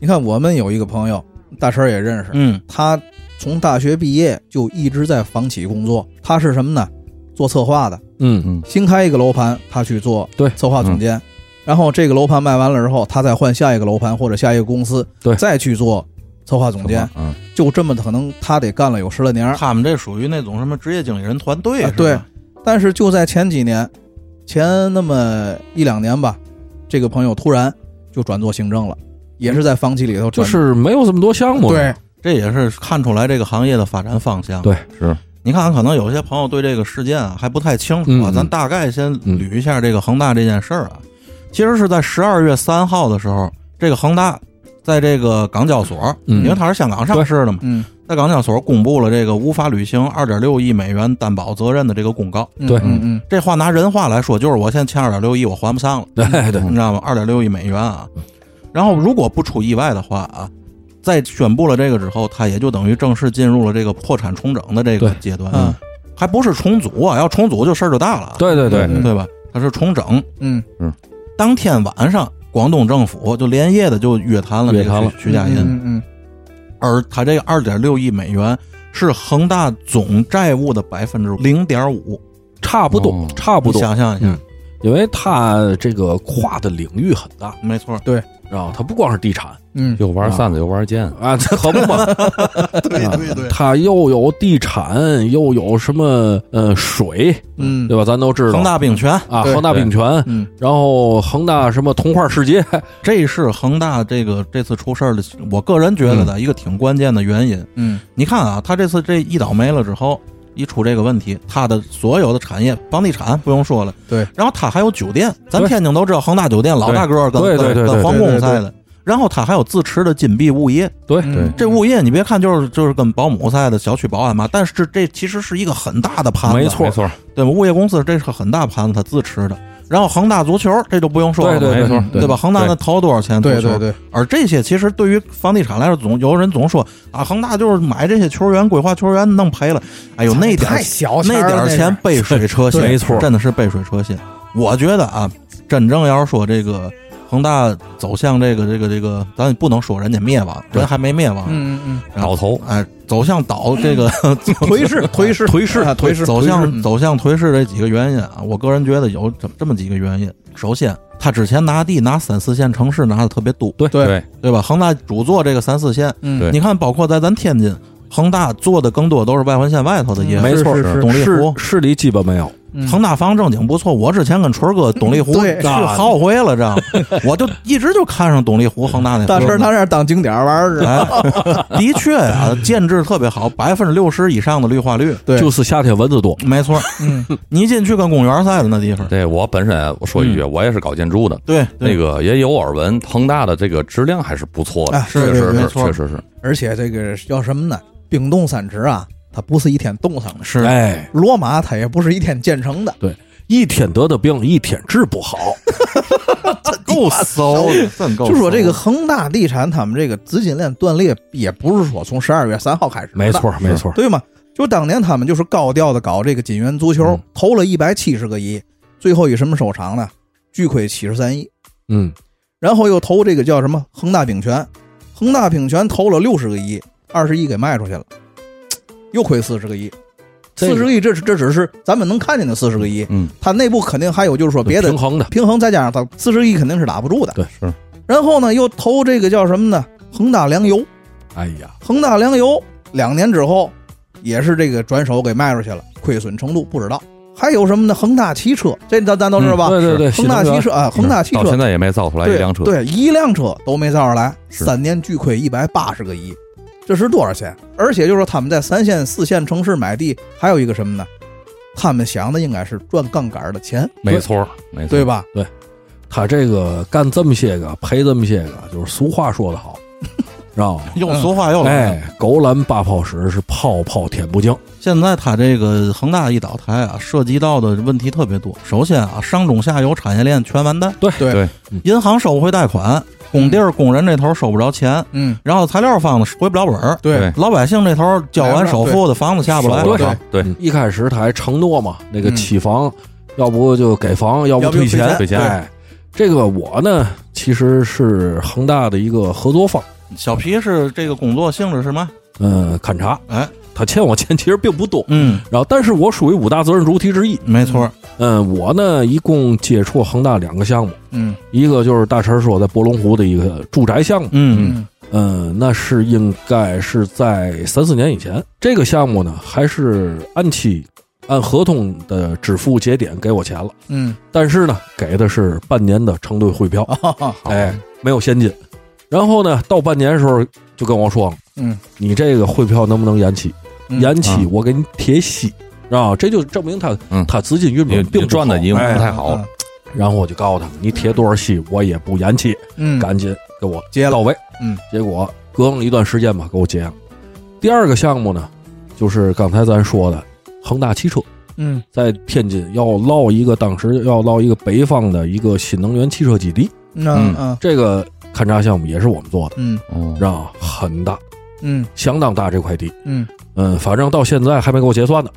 你看我们有一个朋友，大陈儿也认识，嗯，他从大学毕业就一直在房企工作，他是什么呢？做策划的。嗯嗯新开一个楼盘，他去做对策划总监，然后这个楼盘卖完了之后，他再换下一个楼盘或者下一个公司，对再去做策划总监，嗯就这么可能他得干了有十来年儿。他们这属于那种什么职业经理人团队，嗯啊是吧对，但是就在前几年，前那么一两年吧，这个朋友突然就转做行政了，也是在房企里头就转，是没有这么多项目。对，，这也是看出来这个行业的发展方向。对是你看，可能有些朋友对这个事件啊还不太清楚啊，嗯嗯咱大概先捋一下这个恒大这件事儿啊。其实是在十二月三号的时候，这个恒大在这个港交所，嗯因为它是香港上市的嘛，嗯，在港交所公布了这个无法履行二点六亿美元担保责任的这个公告。嗯对嗯嗯这话拿人话来说，就是我现在欠二点六亿，我还不上了， <laughs> 对对你知道吗？二点六亿美元啊。嗯然后如果不出意外的话啊，在宣布了这个之后，它也就等于正式进入了这个破产重整的这个对阶段，嗯还不是重组啊，要重组就事儿就大了啊，对对对对对吧？它是重整。嗯当天晚上，广东政府就连夜的就约谈了这约谈个了徐徐家印，嗯嗯而它这个二点六亿美元是恒大总债务的百分之零点五，差不多哦，差不你多，想象一下，嗯因为它这个跨的领域很大，没错，知道吗啊它不光是地产嗯嗯又玩扇子又玩剑， <laughs> 啊，这可不嘛，对对对它又有地产，又有什么呃水，嗯对吧？咱都知道恒大冰泉，啊，对恒大对冰泉，嗯然后恒大什么童话世界， <laughs> 这是恒大这个这次出事儿的，我个人觉得嗯的一个挺关键的原因。嗯你看啊，他这次这一倒霉了之后，一出这个问题，他的所有的产业，房地产不用说了，对。然后他还有酒店，咱对天津都知道恒大酒店老大个儿跟对对跟对对跟对皇宫对对赛的。然后他还有自持的金碧物业，对嗯对这物业你别看就是就是跟保姆赛的小区保安嘛，但是这其实是一个很大的盘子，啊没错没错，对吧？物业公司这是个很大盘子，他自持的。然后恒大足球这就不用说了对吧，对没错，对吧？恒大那投多少钱？对足球对对，而这些其实对于房地产来说，总有人总说啊，恒大就是买这些球员、规划球员弄赔了。哎呦，那点儿太小钱儿那了点儿是钱杯水 <laughs> 车薪，对没错真的是杯水车薪。我觉得啊，真正要是说这个恒大走向这个这个这个，咱也不能说人家灭亡，人还没灭啊亡，嗯嗯倒头哎，走向倒这个嗯， <laughs> <laughs> 颓势颓势颓势颓势，走颓向势走向颓势这几个原因啊，我个人觉得有这这么几个原因。首先，他之前拿地拿三四线城市拿的特别多，对，对对吧？恒大主做这个三四线，嗯对你看，包括在咱天津，恒大做的更多都是外环线外头的业务。嗯没错是是是董力市湖市里基本没有，嗯恒大房正经不错，我之前跟春儿哥董力湖对去好回了，知道吗？我就一直就看上董力湖恒大那大车陈他那儿当景点玩儿是吧？哎，的确啊，建制特别好，百分之六十以上的绿化率，对就是夏天蚊子多，没错。嗯你一进去跟公园似的那地 <laughs> 方，对，我本身我说一句，我也是搞建筑的，对，对那个也有耳闻，恒大的这个质量还是不错的，啊确对实对没是，错确实是，而且这个叫什么呢？冰冻三尺啊，它不是一天冻上的；是哎，罗马它也不是一天建成的。对，一天得的病，一天治不 <laughs> 好，够哎骚的，真够。就说这个，嗯恒大地产他们这个资金链断裂，也不是说从十二月三号开始的，没错，没错，对吗？就当年他们就是高调的搞这个锦源足球，嗯投了一百七十个亿，最后以什么收场呢？巨亏七十三亿。嗯，然后又投这个叫什么恒大丙醛，恒大丙醛投了六十个亿，二十亿给卖出去了，又亏四十个亿。这四个十个亿，这是这只是咱们能看见的四十个亿，嗯，它内部肯定还有就是说别的平衡的，平衡，再加上它四十个亿肯定是打不住的。对是。然后呢，又投这个叫什么呢？恒大粮油，哎呀，恒大粮油两年之后也是这个转手给卖出去了，亏损程度不知道。还有什么呢？恒大汽车，这咱咱都知道嗯吧？对对对，恒大洗头汽员车啊，恒大汽到车现在也没造出来一对辆车，对，一辆车都没造出来，是三年巨亏一百八十个亿，这是多少钱？而且就是说他们在三线、四线城市买地，还有一个什么呢？他们想的应该是赚杠杆的钱，没错儿，没错，对？吧？他这个干这么些个赔这么些个，就是俗话说得好， <laughs> 知道吗？又俗话又来了。哎，狗揽八泡屎是泡泡舔不净。现在它这个恒大一倒台啊，涉及到的问题特别多。首先啊，上中下游产业链全完蛋，对对对银行收不回贷款，工地儿工人这头收不着钱，嗯，然后材料方子回不了本儿，对老百姓这头交完首付的房子下不来对了。对对，一开始他还承诺嘛，那个嗯起房，要不就给房，要要不退就退钱退钱哎，这个我呢，其实是恒大的一个合作方，小皮是这个工作性质是吗？嗯，勘察，哎，他欠我钱其实并不多，嗯，然后但是我属于五大责任主体之一，没错，嗯，我呢一共接触恒大两个项目，嗯一个就是大陈说在博龙湖的一个住宅项目，嗯，嗯嗯，那是应该是在三四年以前，这个项目呢还是按期按合同的支付节点给我钱了。嗯，但是呢，给的是半年的承兑 <laughs> 汇票，哈哈，哎，没有现金。然后呢，到半年的时候就跟我说了，嗯，你这个汇票能不能延期？嗯延期啊我给你贴息，啊，这就证明他、嗯他资金运转也并不也赚的好也不哎太好，嗯然后我就告诉他，你贴多少息我也不延期，嗯，赶紧给我结到了，位。嗯，结果隔了一段时间吧，给我结了。第二个项目呢，就是刚才咱说的恒大汽车。嗯在天津要落一个，当时要落一个北方的一个新能源汽车基地，嗯嗯这个勘察项目也是我们做的，嗯哦知道吧很大，嗯相当大这块地。嗯嗯，反正到现在还没给我结算呢。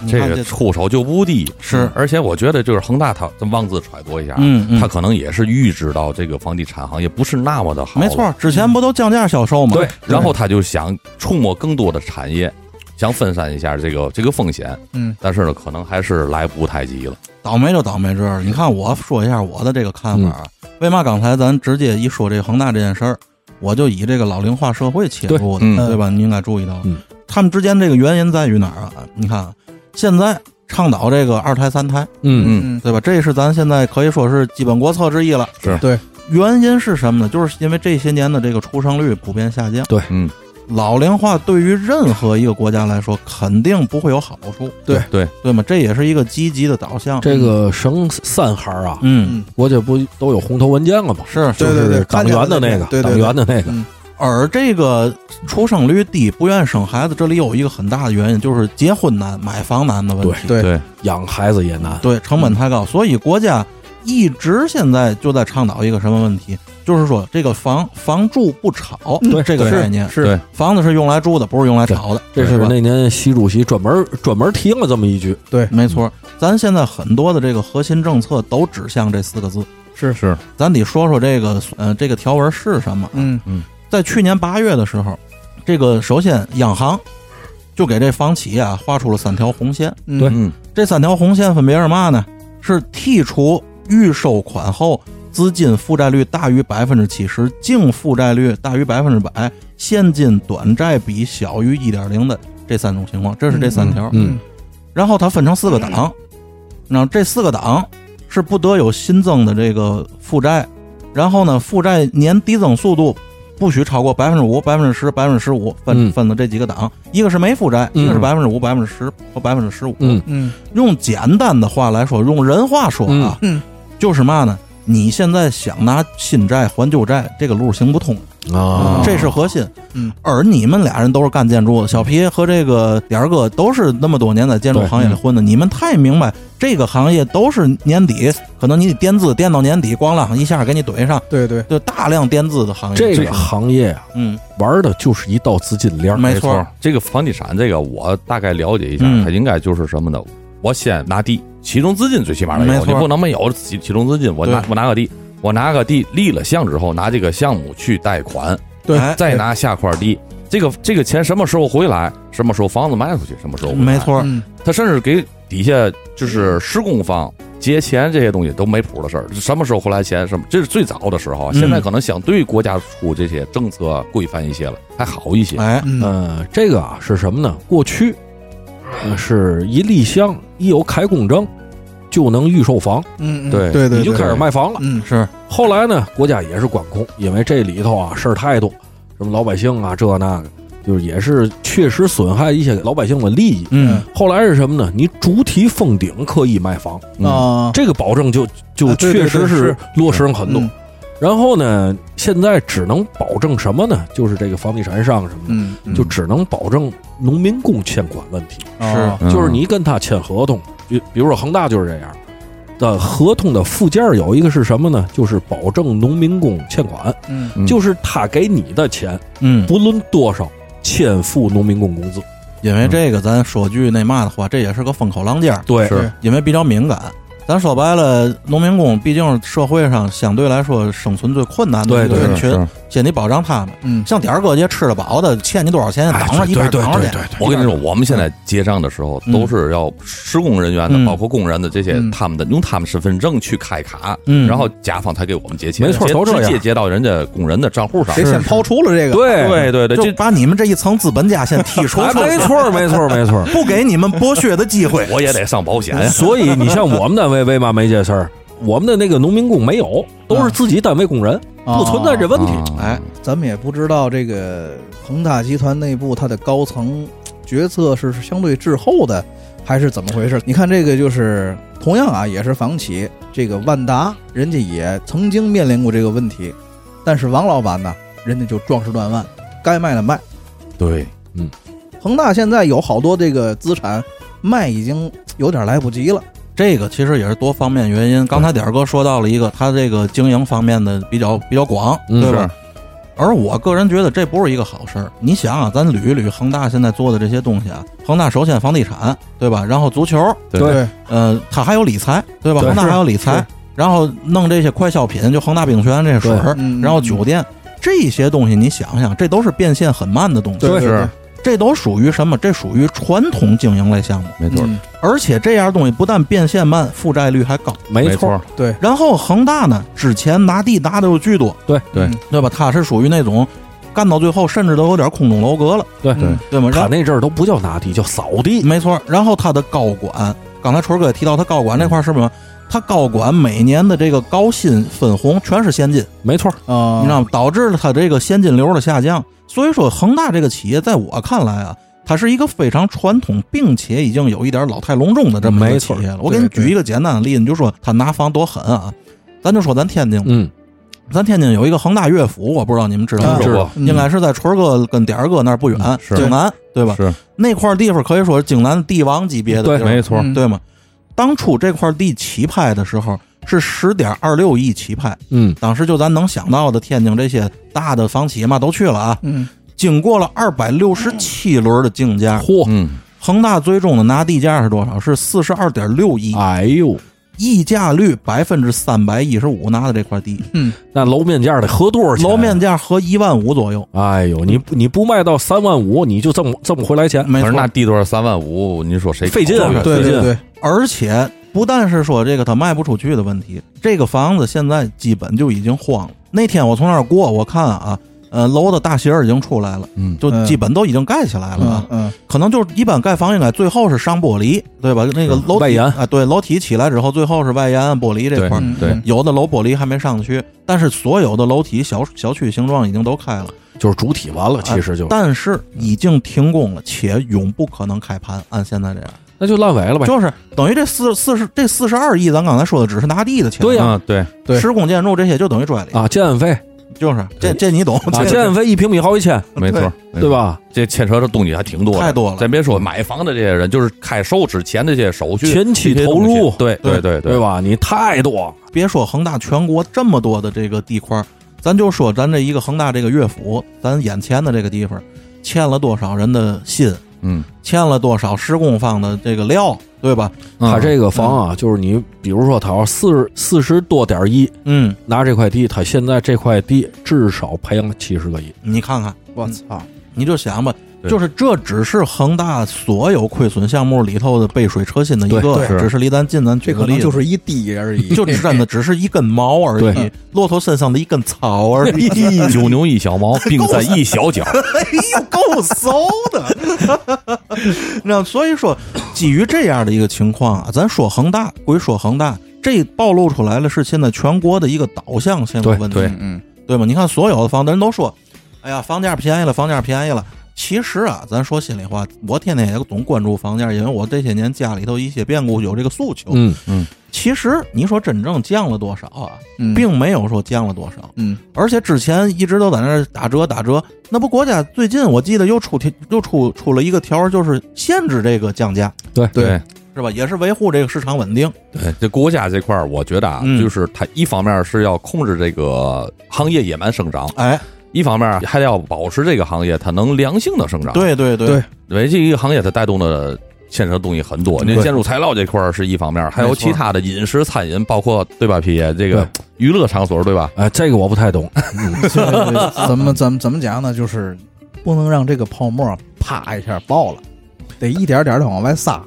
你嗯这看个出手就不低，嗯是而且我觉得就是恒大，他咱妄自揣度一下，嗯嗯啊他可能也是预知到这个房地产行业不是那么的好，没错，，之前不都降价销售吗？对，然后他就想触摸更多的产业，想分散一下这个这个风险，嗯但是呢，可能还是来不太及了，倒霉就倒霉这儿。你看，我说一下我的这个看法啊。为嘛刚才咱直接一说这恒大这件事儿，我就以这个老龄化社会切入的，对嗯对吧？你应该注意到了，嗯他们之间这个原因在于哪儿啊？你看啊，现在倡导这个二胎、三胎，嗯嗯，嗯对吧？这是咱现在可以说是基本国策之一了。是对，原因是什么呢？就是因为这些年的这个出生率普遍下降。对，嗯，老龄化对于任何一个国家来说，肯定不会有好处。对对对吗？这也是一个积极的导向。这个省三孩啊，嗯，国家不都有红头文件了吗？是就对对对是党员的那个看见了，对对对党员的那个嗯，而这个出生率低、不愿生孩子，这里有一个很大的原因，就是结婚难、买房难的问题。对对，养孩子也难。对成本太高，所以国家一直现在就在倡导一个什么问题，就是说这个房房住不炒，对这个概念，是对房子是用来住的，不是用来炒的，这是吧？那年习主席专门专门提了这么一句，没错，咱现在很多的这个核心政策都指向这四个字，是是，咱得说说这个呃这个条文是什么。啊嗯在去年八月的时候，这个首先央行就给这房企啊画出了三条红线，嗯嗯，这三条红线分别是嘛呢？是剔除预收款后资金负债率大于百分之七十、净负债率大于百分之百、现金短债比小于一点零的这三种情况，这是这三条。嗯，然后它分成四个档，然后这四个档是不得有新增的这个负债，然后呢，负债年递增速度不许超过百分之五、百分之十、百分之十五，分嗯分的这几个档，一个是没负债，一个是嗯百分之五、百分之十和百分之十五。嗯嗯用简单的话来说，用人话说啊，嗯嗯就是嘛呢？你现在想拿新债还旧债，这个路行不通，啊，这是核心。嗯，而你们俩人都是干建筑的，小皮和这个点儿哥都是那么多年在建筑对行业里混的，你们太明白这个行业都是年底，可能你得垫资，垫到年底，咣啷一下给你怼上，对对，就大量垫资的行业。这个行业啊，嗯，玩的就是一道资金链儿。没没错错，这个房地产这个我大概了解一下，嗯它应该就是什么呢？我先拿地，启动资金最起码得没有，错你不能没有启启动资金，我拿对我拿个地，我拿个地立了项之后，拿这个项目去贷款，对哎再拿下块地，这个这个钱什么时候回来？什么时候房子卖出去？什么时候回来没？错，嗯他甚至给底下就是施工方结钱这些东西都没谱的事儿，什么时候回来钱什么，这是最早的时候啊。嗯现在可能相对国家出这些政策规范一些了，还好一些。哎，嗯呃，这个啊是什么呢？过去、呃是一立项，一有开工证，就能预售房，嗯，嗯对对对，你就对开始卖房了。嗯是后来呢，国家也是管控，因为这里头啊事儿太多，什么老百姓啊这那个，就是也是确实损害一些老百姓的利益。嗯，后来是什么呢？你主体封顶可以卖房，嗯啊，这个保证就就啊对对确实对是是落实了很多嗯。然后呢，现在只能保证什么呢？就是这个房地产商什么的，嗯，嗯就只能保证农民工欠款问题，哦嗯就是你跟他签合同，比比如说恒大就是这样。的合同的附件有一个是什么呢？就是保证农民工欠款，嗯嗯就是他给你的钱，嗯，不论多少，先付农民工工资。因为这个，咱说句那嘛的话，这也是个风口浪尖儿，对是因为比较敏感。咱说白了，农民工毕竟是社会上相对来说生存最困难的对一个对人是群，先得保障他们。嗯像点儿哥这吃得饱的，欠你多少钱，挡着一边哎对对挡着对去。对我跟你说，我们现在结账的时候嗯都是要施工人员嗯的，包括工人的这些，嗯他们的用他们身份证去开卡，嗯然后甲方才给我们结钱，没错结都这样直接结到人家工人的账户上谁。是先是抛出了这个？对对对对，就这把你们这一层资本家先剔 <laughs> 除哎出没去，错没错没错。不给你们剥削的机会。我也得上保险 <laughs> 呀。所以你像我们单位为嘛没这事儿？我们的那个农民工没有，都是自己单位工人，啊不存在这问题。啊哎，咱们也不知道这个恒大集团内部它的高层决策是相对滞后的，还是怎么回事？你看这个就是同样啊，也是房企，这个万达人家也曾经面临过这个问题，但是王老板呢，人家就壮士断腕，该卖的卖。对，恒大现在有好多这个资产卖已经有点来不及了， <laughs> 这个其实也是多方面原因。刚才点儿哥说到了一个，他这个经营方面的比较比较广，嗯对吧？而我个人觉得这不是一个好事儿。你想啊，咱捋一捋恒大现在做的这些东西啊，恒大首先房地产，对吧？然后足球，对呃，他还有理财，对吧？对恒大还有理是财，然后弄这些快消品，就恒大冰泉这些水儿，对嗯然后酒店这些东西，你想想，这都是变现很慢的东西，对是对这都属于什么？这属于传统经营类项目，没对错，嗯而且这样东西不但变现慢，负债率还高。没错，错，对然后恒大呢，之前拿地拿的又巨多，对嗯对吧？他是属于那种干到最后甚至都有点空中楼阁了，对嗯对吗？然他那阵儿都不叫拿地，叫扫地。没错，然后他的高管，刚才锤儿哥也提到他高管这块儿是不是？他高管每年的这个高薪分红全是现金，没错，啊，你知道吗？导致了他这个现金流的下降。所以说，恒大这个企业在我看来啊，它是一个非常传统，并且已经有一点老态龙钟的这么一没个错企业了。我给你对对举一个简单的例子，你就说他拿房多狠啊，咱就说咱天津吧，嗯，咱天津有一个恒大乐府，我不知道你们知道啊吗？听是说过，嗯应该是在锤儿哥跟点儿哥那儿不远，是景南对吧？是那块地方可以说是景南帝王级别的地对儿，没错，嗯对吗？当初这块地起拍的时候是十点二六亿起拍，嗯，当时就咱能想到的天津这些大的房企嘛都去了啊。嗯经过了二百六十七轮的竞价，嚯，嗯，恒大最终的拿地价是多少？是四十二点六亿，啊哎呦，溢价率百分之三百一十五拿的这块地，嗯那楼面价得合多少钱？啊楼面，价合一万五左右，哎呦，你不你不卖到三万五，你就挣挣不回来钱。没可错是。那地段儿三万五，您说谁费劲啊搞这个对对对，而且不但是说这个他卖不出去的问题，这个房子现在基本就已经荒了。那天我从那儿过，我看啊，呃，楼的大斜儿已经出来了，嗯就基本都已经盖起来了啊嗯。嗯可能就是一般盖房应该最后是上玻璃，对吧？那个楼体外延啊，对，楼体起来之后，最后是外延玻璃这块儿。嗯对嗯有的楼玻璃还没上去，但是所有的楼体小小区形状已经都开了，就是主体完了，其实就但是已经停工了，且永不可能开盘。按现在这样，那就烂尾了呗。就是等于这四四十这四十二亿，咱刚才说的只是拿地的钱，对呀啊，对，对施工建筑这些就等于拽了，啊，建安费就是这这你懂，啊，这建安费一平米好几千，没错，没错对？吧？这牵扯的东西还挺多的，太多了咱别说买房的这些人，就是开售之前的这些手续、前期这些投东西入对对对对？吧？你太多了，别说恒大全国这么多的这个地块儿，咱就说咱这一个恒大这个乐府，咱眼前的这个地方，欠了多少人的心，嗯，欠了多少施工方的这个料，对吧？嗯它这个房啊，就是你比如说，它要四十四十多点一嗯，拿这块地，它现在这块地至少赔了七十个亿。你看看，我操，你就想吧，对就是这只是恒大所有亏损项目里头的杯水车薪的一个对，对只是离咱近，咱举这个可例能子，就是一滴而已，就真的只是一根毛而已对，骆驼身上的一根草而哎已。九牛一小毛，病在一小角。 <laughs> 哎呦，够骚的！那所以说，基于这样的一个情况啊，咱说恒大归说恒大，这暴露出来了是现在全国的一个导向性的对问题，对嗯嗯，对吗？你看所有的房，人都说，哎呀，房价便宜了，房价便宜了。其实啊，咱说心里话，我天天也总关注房价，因为我这些年家里头一些变故有这个诉求。嗯，其实你说真正降了多少啊，嗯并没有说降了多少。嗯 <laughs> 而且之前一直都在那儿打折打折，那不国家最近我记得又出条又出出了一个条儿，就是限制这个降价，对是吧？也是维护这个市场稳定。对，哎这国家这块儿，我觉得啊，嗯就是它一方面是要控制这个行业野蛮生长，哎，一方面还要保持这个行业它能良性的生长。，对对对对因为这一个行业它带动的牵扯的东西很多，对那建筑材料这块儿是一方面，还有没错其他的饮食、餐饮，包括对吧？皮爷这个娱乐场所对吧？哎，这个我不太懂。这怎么怎么怎么讲呢？就是不能让这个泡沫啪一下爆了，得一点点的往外撒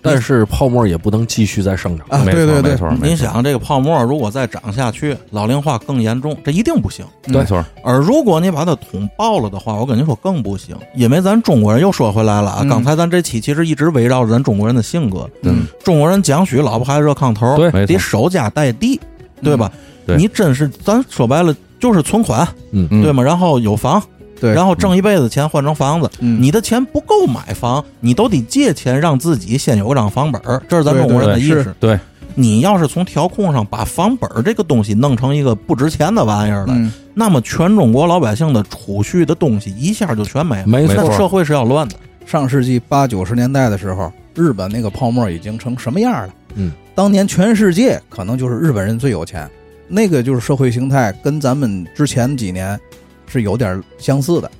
但是泡沫也不能继续再上涨。啊！没错对对没对，错，没你错，想这个泡沫如果再涨下去，老龄化更严重，这一定不行。没错，而如果你把它捅爆了的话，我跟您说更不行，因为咱中国人又说回来了啊。嗯刚才咱这期其实一直围绕着咱中国人的性格，嗯，中国人讲许老婆孩子热炕头，对没错得守家待地，对吧？对你真是，咱说白了就是存款，嗯嗯对吗？然后有房，对然后挣一辈子钱换成房子，嗯你的钱不够买房，你都得借钱让自己先有张房本儿，这是咱中国人的意对对对识是。对，你要是从调控上把房本儿这个东西弄成一个不值钱的玩意儿来，嗯那么全中国老百姓的储蓄的东西一下就全没了，没错那社会是要乱的。上世纪八九十年代的时候，日本那个泡沫已经成什么样了？嗯，当年全世界可能就是日本人最有钱，那个就是社会形态跟咱们之前几年是有点相似的，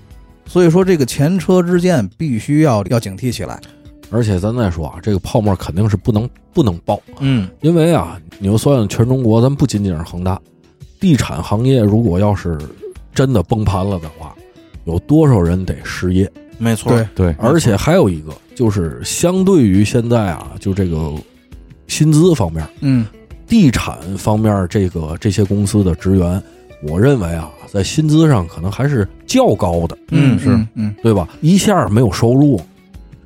所以说这个前车之鉴必须要要警惕起来。而且咱再说啊，这个泡沫肯定是不能不能爆，嗯，因为啊，你就算全中国，咱不仅仅是恒大，地产行业如果要是真的崩盘了的话，有多少人得失业？没错。对对，而且还有一个就是，相对于现在啊，就这个薪资方面，嗯，地产方面这个这些公司的职员，我认为啊，在薪资上可能还是较高的，嗯是嗯对吧？一下没有收入，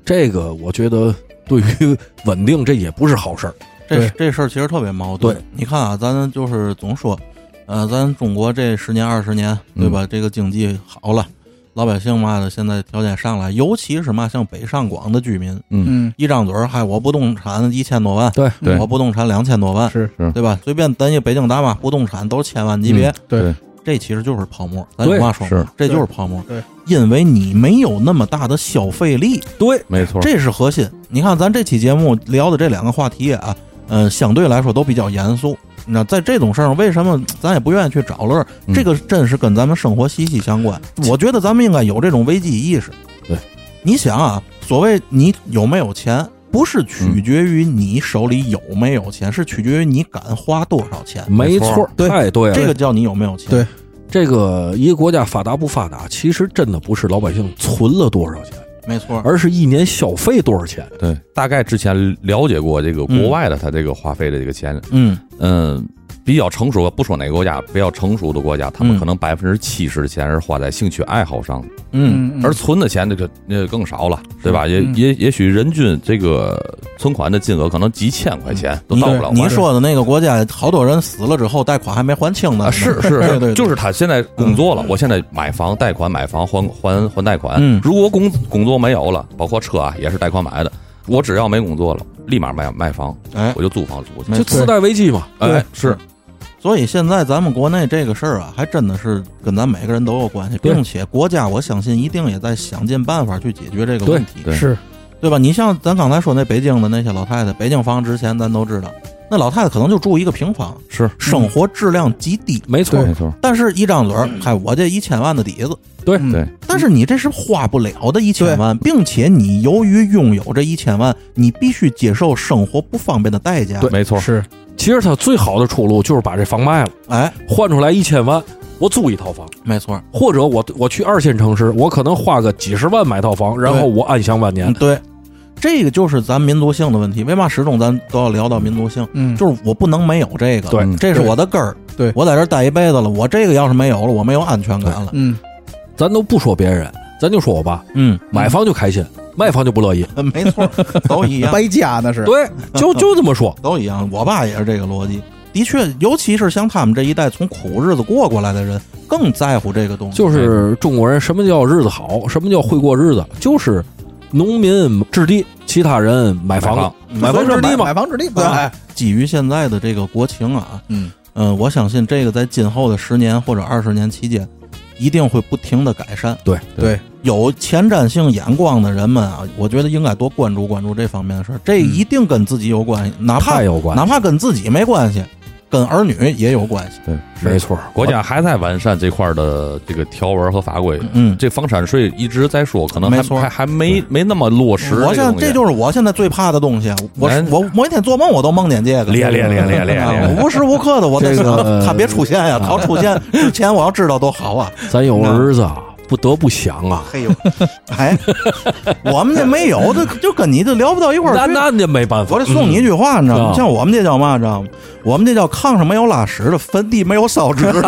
这个我觉得对于稳定这也不是好事儿。这对这事儿其实特别矛盾。对你看啊，咱就是总说，呃，咱中国这十年二十年，对吧？这个经济好了，老百姓嘛的现在条件上来，尤其是嘛像北上广的居民，嗯一张嘴儿，嗨，我不动产一千多万，对对我不动产两千多万，是是对吧？随便咱一北京大妈不动产都是千万级别，对这其实就是泡沫。咱有对嘛说嘛是，这就是泡沫。对，因为你没有那么大的消费力，对，没错，这是核心。你看，咱这期节目聊的这两个话题啊，嗯、相对来说都比较严肃。那在这种事儿上，为什么咱也不愿意去找乐儿？嗯这个真是跟咱们生活息息相关。我觉得咱们应该有这种危机意识。对，你想啊，所谓你有没有钱，不是取决于你手里有没有钱，是取决于你敢花多少钱。没错错，对太对了。这个叫你有没有钱。对这个一个国家发达不发达，其实真的不是老百姓存了多少钱，没嗯错。而是一年消费多少钱。对，大概之前了解过这个国外的，它这个花费的这个钱，嗯，嗯，比较成熟，不说哪个国家，比较成熟的国家，他嗯们可能百分之七十的钱是花在兴趣爱好上的，嗯，而存的钱这个那更少了，对吧？也嗯也也许人均这个存款的金额可能几千块钱都到不了万。你说的那个国家，好多人死了之后贷款还没还清呢。啊，是是对对对是，就是他现在工作了，我现在买房贷款买房还还还贷款。嗯如果工工作没有了，包括车啊也是贷款买的，我只要没工作了，立马卖卖房，哎我就租房租去。没就次贷危机嘛，对哎，是所以现在咱们国内这个事儿啊，还真的是跟咱每个人都有关系，对并且国家我相信一定也在想尽办法去解决这个对问题，对是对吧？你像咱刚才说那北京的那些老太太，北京房之前咱都知道，那老太太可能就住一个平房，是生活质量极低。没错，没错，但是，一张嘴儿，嗨，我这一千万的底子，对嗯对，但是你这是花不了的一千万，并且你由于拥有这一千万，你必须接受生活不方便的代价。，没错，是。其实他最好的出路就是把这房卖了，哎，换出来一千万，我租一套房，没错，或者我我去二线城市，我可能花个几十万买套房，然后我安享晚嗯，年。对，这个就是咱民族性的问题。为嘛始终咱都要聊到民族性？嗯，就是我不能没有这个，对这是我的根儿。对我在这儿待一辈子了，我这个要是没有了，我没有安全感了。嗯，咱都不说别人，咱就说我爸，嗯，买房就开心，嗯卖房就不乐意。没错， <laughs> 都一 <laughs> 样，败家那是。对， <laughs> 就就这么说。都一样。我爸也是这个逻辑。的确，尤其是像他们这一代从苦日子过过来的人，更在乎这个东西。就是中国人，什么叫日子好？什么叫会过日子？就是农民置地，其他人买买房房。买买房房置置地地嘛，嘛买房置地对哎，基于现在的这个国情啊，嗯嗯、我相信这个在今后的十年或者二十年期间，一定会不停的改善。对，有前瞻性眼光的人们啊，我觉得应该多关注关注这方面的事儿。这一定跟自己有关系，哪怕嗯太有关系哪怕跟自己没关系，跟儿女也有关系。对，没错，国家还在完善这块儿的这个条文和法规。嗯，这房产税一直在说，可能还没错还还没没那么落实。我现在这这就是我现在最怕的东西。啊我咱我每天做梦我都梦见这个，练练练 <laughs> 练练啊练无时无刻的我在这想个呃他别出现呀，他要出现之前我要知道多好啊！咱有儿子啊，不得不想啊。嘿呦，哎，我们这没有， <laughs> 这就跟你这聊不到一块儿那去。那那没办法，我得送你一句话，你知道吗？嗯像我们这叫嘛，知道吗？我们这叫炕上没有拉屎的，坟地没有烧 <laughs> 纸的；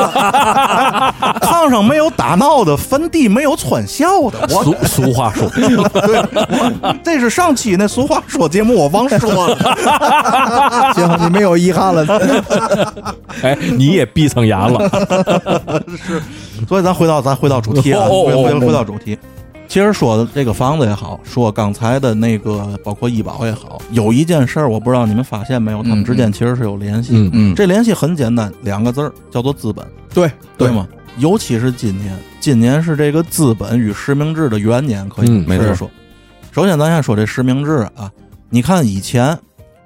炕上没有打闹的，坟地没有穿孝的。我 <laughs> 俗俗话说，对，我这是上期那俗话说节目，我忘说了。行，你没有遗憾了。 <laughs> 哎，你也闭上眼了。所以咱回到咱回到主题啊，哦哦回哦回回到主题。其实说的这个房子也好，说刚才的那个包括医保也好，有一件事儿我不知道你们发现没有，他们之间其实是有联系。嗯嗯，这联系很简单，两个字儿叫做资本。对对？吗？尤其是今年，今年是这个资本与实名制的元年，可以嗯这没么错说。首先，咱先说这实名制啊，你看以前，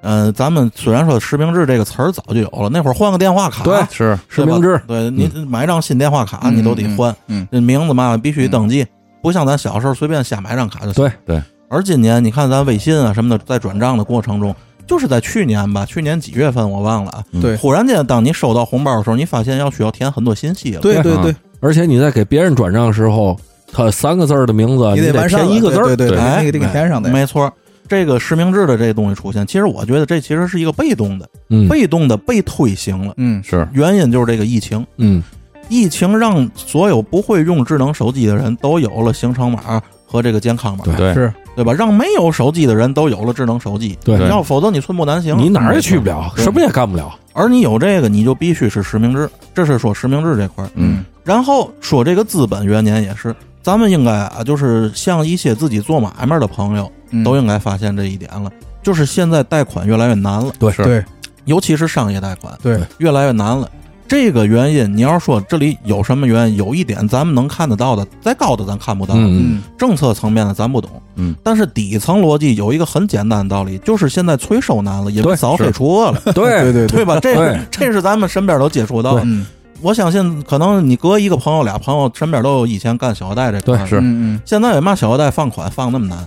呃，咱们虽然说实名制这个词儿早就有了，那会儿换个电话卡，对是实对吧名制，对你买张新电话卡，你都得换，嗯，这名字嘛必须登记，不像咱小时候随便瞎买张卡就行。对对。而今年你看咱微信啊什么的，在转账的过程中，就是在去年吧，去年几月份我忘了啊。对忽然间，当你收到红包的时候，你发现要需要填很多信息了。对对嗯对，而且你在给别人转账的时候，他三个字儿的名字，你啊你完善填了一个字儿对。对对，哎那个得给填上的。没错，这个实名制的这东西出现，其实我觉得这其实是一个被动的，嗯被动的被推行了。嗯，是原因就是这个疫情，嗯，疫情让所有不会用智能手机的人都有了行程码和这个健康码，对对是对吧？让没有手机的人都有了智能手机，对对要否则你寸步难行，你哪儿也去不了，对什么也干不了。而你有这个，你就必须是实名制，这是说实名制这块儿。嗯，然后说这个资本元年也是，咱们应该啊，就是像一些自己做买卖的朋友，嗯都应该发现这一点了。就是现在贷款越来越难了，对是对尤其是商业贷款对，越来越难了。这个原因，你要说这里有什么原因，有一点咱们能看得到的，再高的咱看不到，嗯嗯，嗯政策层面的咱不懂。嗯，但是底层逻辑有一个很简单的道理，就是现在催收难了，因为对扫黑是除恶了，嗯对对对对吧？这对这是咱们身边都接触到的。嗯我相信，可能你隔一个朋友、俩朋友，身边都有以前干小额贷这块儿的对是嗯现在为嘛小额贷放款放那么难？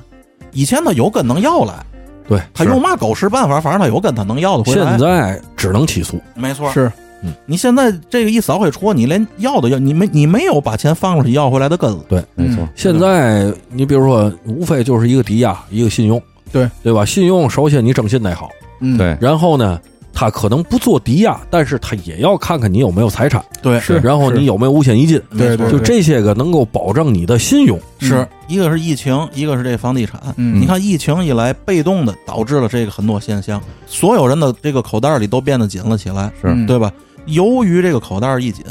以前他有跟能要来，对，他是用嘛狗屎办法，反正他有跟他能要的回来。现在只能起诉。没错嗯，，是你现在这个一扫黑除，你连要的要你没你没有把钱放出去要回来的根了。没错，现在你比如说，无非就是一个抵押，一个信用，对对吧？信用首先你征信得好，嗯对然后呢，他可能不做抵押，但是他也要看看你有没有财产，对是然后你有没有五险一金，对对就这些个能够保证你的信用。是嗯一个是疫情，一个是这房地产。嗯你看疫情一来，被动的导致了这个很多现象，所有人的这个口袋里都变得紧了起来，是嗯对吧？由于这个口袋一紧，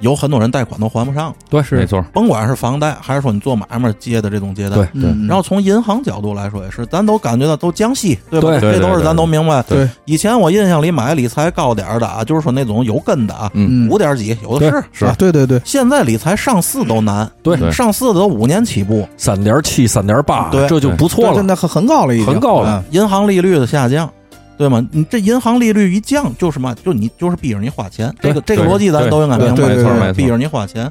有很多人贷款都还不上，对，没错，甭管是房贷还是说你做买卖借的这种借贷，对对嗯然后从银行角度来说也是，咱都感觉到都降息，对吧？对对这都对是对咱都明白。对对以前我印象里买理财高点儿的啊，就是说那种有根的啊，嗯嗯五点几有的是。是啊，对对对，现在理财上四都难，对对上四的都五年起步，三点七、三点八，对这就不错真了。的很很高了，已经啊很高了。银行利率的下降，对吗？你这银行利率一降，就是嘛，就你就是逼着你花钱，这个这对个逻辑咱对都应该明对白，对就是没错逼着你花钱。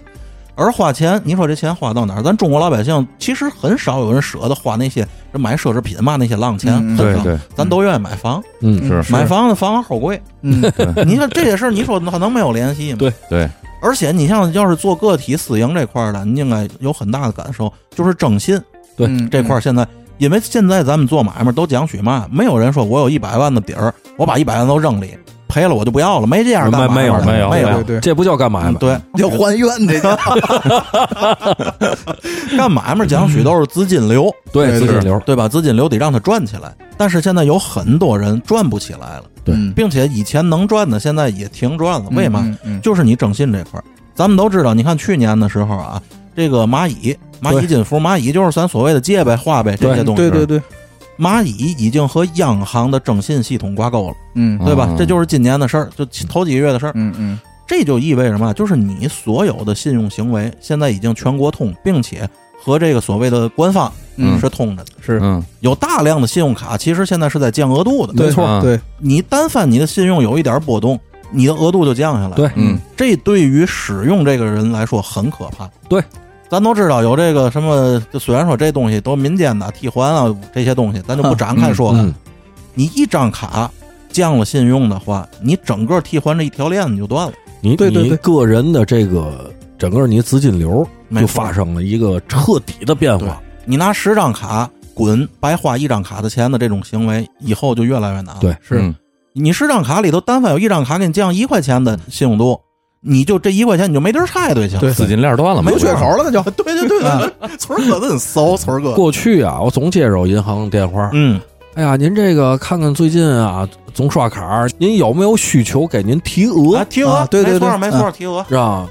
而花钱，你说这钱花到哪儿？咱中国老百姓其实很少有人舍得花那些人买奢侈品嘛，那些浪钱，嗯很嗯对少。对，咱都愿意买房，嗯嗯是买房子房房好贵。嗯，你看这些事儿，你说它能没有联系吗？对对。而且你像要是做个体私营这块儿的，你应该有很大的感受，就是征信对嗯这块儿。现在，因为现在咱们做买卖都讲许嘛，没有人说我有一百万的底儿，我把一百万都扔里，赔了我就不要了，没这样干没没有没没没有对有对。对，这不叫干嘛嗯呀？对，要还愿的，干买卖讲许都是资金流，对，对资金是流，对吧？资金流得让它转起来，但是现在有很多人转不起来了，对嗯并且以前能赚的现在也停赚了，为嘛？？嗯嗯就是你征信这块儿，咱们都知道，你看去年的时候啊，这个蚂蚁、蚂蚁金服、蚂蚁就是咱所谓的借呗、花呗这些东西。对对对，蚂蚁已经和央行的征信系统挂钩了，嗯对吧？嗯这就是今年的事儿，就头几个月的事儿。嗯嗯，这就意味着嘛，就是你所有的信用行为现在已经全国通，并且和这个所谓的官方嗯是通着的。是嗯，有大量的信用卡其实现在是在降额度的，没啊错，对，你但凡你的信用有一点波动，你的额度就降下来了。对嗯，这对于使用这个人来说很可怕。对，咱都知道有这个什么，就虽然说这东西都民间的替换啊这些东西，咱就不展开说了。嗯，你一张卡降了信用的话，你整个替换这一条链子就断了。你对对你对个人的这个整个你资金流没就错发生了一个彻底的变对化，你拿十张卡滚白花一张卡的钱的这种行为，以后就越来越难了。对，是嗯你十张卡里头，但凡有一张卡给你降一块钱的信用度，你就这一块钱你就没地儿拆对去了。对资金链断了嘛，没有啊缺口了，那就啊对对对对对，村儿哥真骚，村儿哥。过去啊，我总接着银行电话，嗯，哎呀，您这个看看最近啊，总刷卡儿，您有没有需求给您提额啊，？提额，啊对对没错对没错，提额。是吧？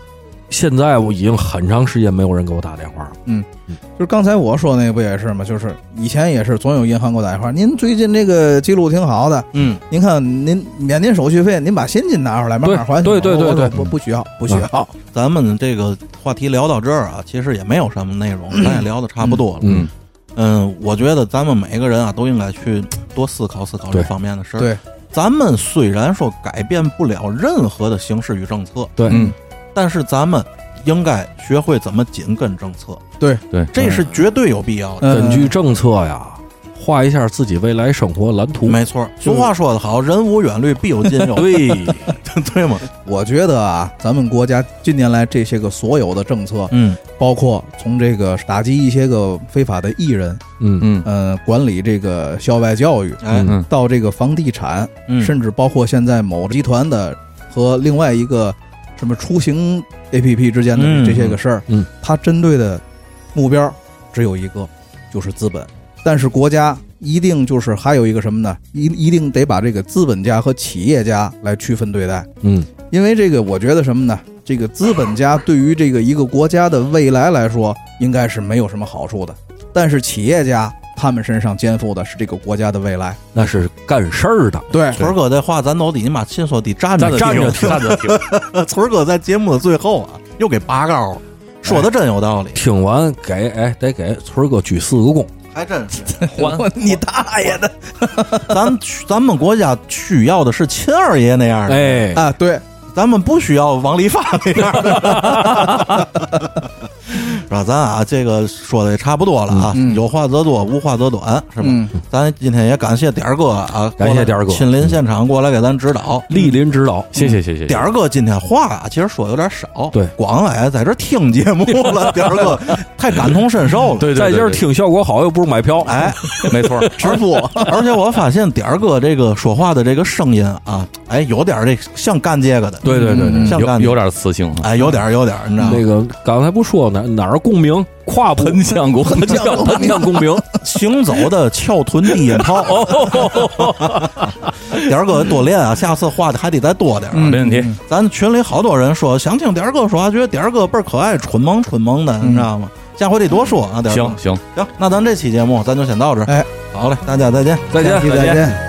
现在我已经很长时间没有人给我打电话了，就是刚才我说那不也是吗？就是以前也是，总有银行给我打电话，您最近这个记录挺好的，嗯，您看您免您手续费，您把现金拿出来慢慢还对对对对不不需要，不需要，咱们这个话题聊到这儿啊，其实也没有什么内容，咱也聊的差不多了。嗯，嗯，我觉得咱们每个人啊，都应该去多思考思考这对方面的事儿。对，咱们虽然说改变不了任何的形式与政策，对，嗯，但是咱们应该学会怎么紧跟政策，对，这是绝对有必要的。根据政策呃呀，画一下自己未来生活蓝图。没错，俗话说得好，人无远虑，必有近忧。对， <laughs> 对吗？我觉得啊，咱们国家近年来这些个所有的政策，嗯，包括从这个打击一些个非法的艺人，嗯，嗯嗯，管理这个校外教育，哎，嗯到这个房地产，嗯，甚至包括现在某集团的和另外一个什么出行 APP 之间嗯的这些个事儿，嗯，它针对的目标只有一个，就是资本。但是国家一定就是还有一个什么呢？一一定得把这个资本家和企业家来区分对待，嗯，因为这个我觉得什么呢？这个资本家对于这个一个国家的未来来说，应该是没有什么好处的。但是企业家他们身上肩负的是这个国家的未来，那是干事儿的，对村儿哥这话咱都得你妈亲说得站着站着听，站着 <laughs> 听。 <laughs> 村儿哥在节目的最后啊，又给拔高了，说的真有道理，听完给哎得给村儿哥鞠四个躬。还真是。还 <laughs> 你大爷的咱咱们国家需要的是秦二爷那样的，哎，啊！对，咱们不需要王立发那样的。 <laughs> 是吧？咱啊，这个说的也差不多了啊，嗯嗯有话则多，无话则短，是吧？嗯咱今天也感谢点儿哥嗯啊，感谢点儿哥亲临现场过来给咱指导。莅临指导，谢谢谢谢谢谢点儿哥今天话啊，其实说有点少，对广哎在这儿听节目了，点儿 <laughs> 哥太感同身受了，对在对，这儿对，听效果好，又不是买票。哎，对没错，直播，而且我发现点儿哥这个说话的这个声音啊，哎，有点儿这像干这个的，嗯对对对对，像干有这有，点磁性啊，哎，有点儿有点儿，你知道吗 <laughs> 那？个刚才不说哪哪儿共鸣，跨步喷香果，喷 <laughs> 向 <laughs> 喷向共鸣，行走的翘臀低音炮，点儿哥多练啊，下次话还得再多点儿啊。没问题，咱群里好多人说想听点儿哥说啊话，觉得点儿哥倍儿可爱，蠢萌蠢萌的，你知道吗？下回得多嗯说啊，点儿哥。行行。行，那咱这期节目咱就先到这儿。哎，好嘞，大家再见。再见下期再见。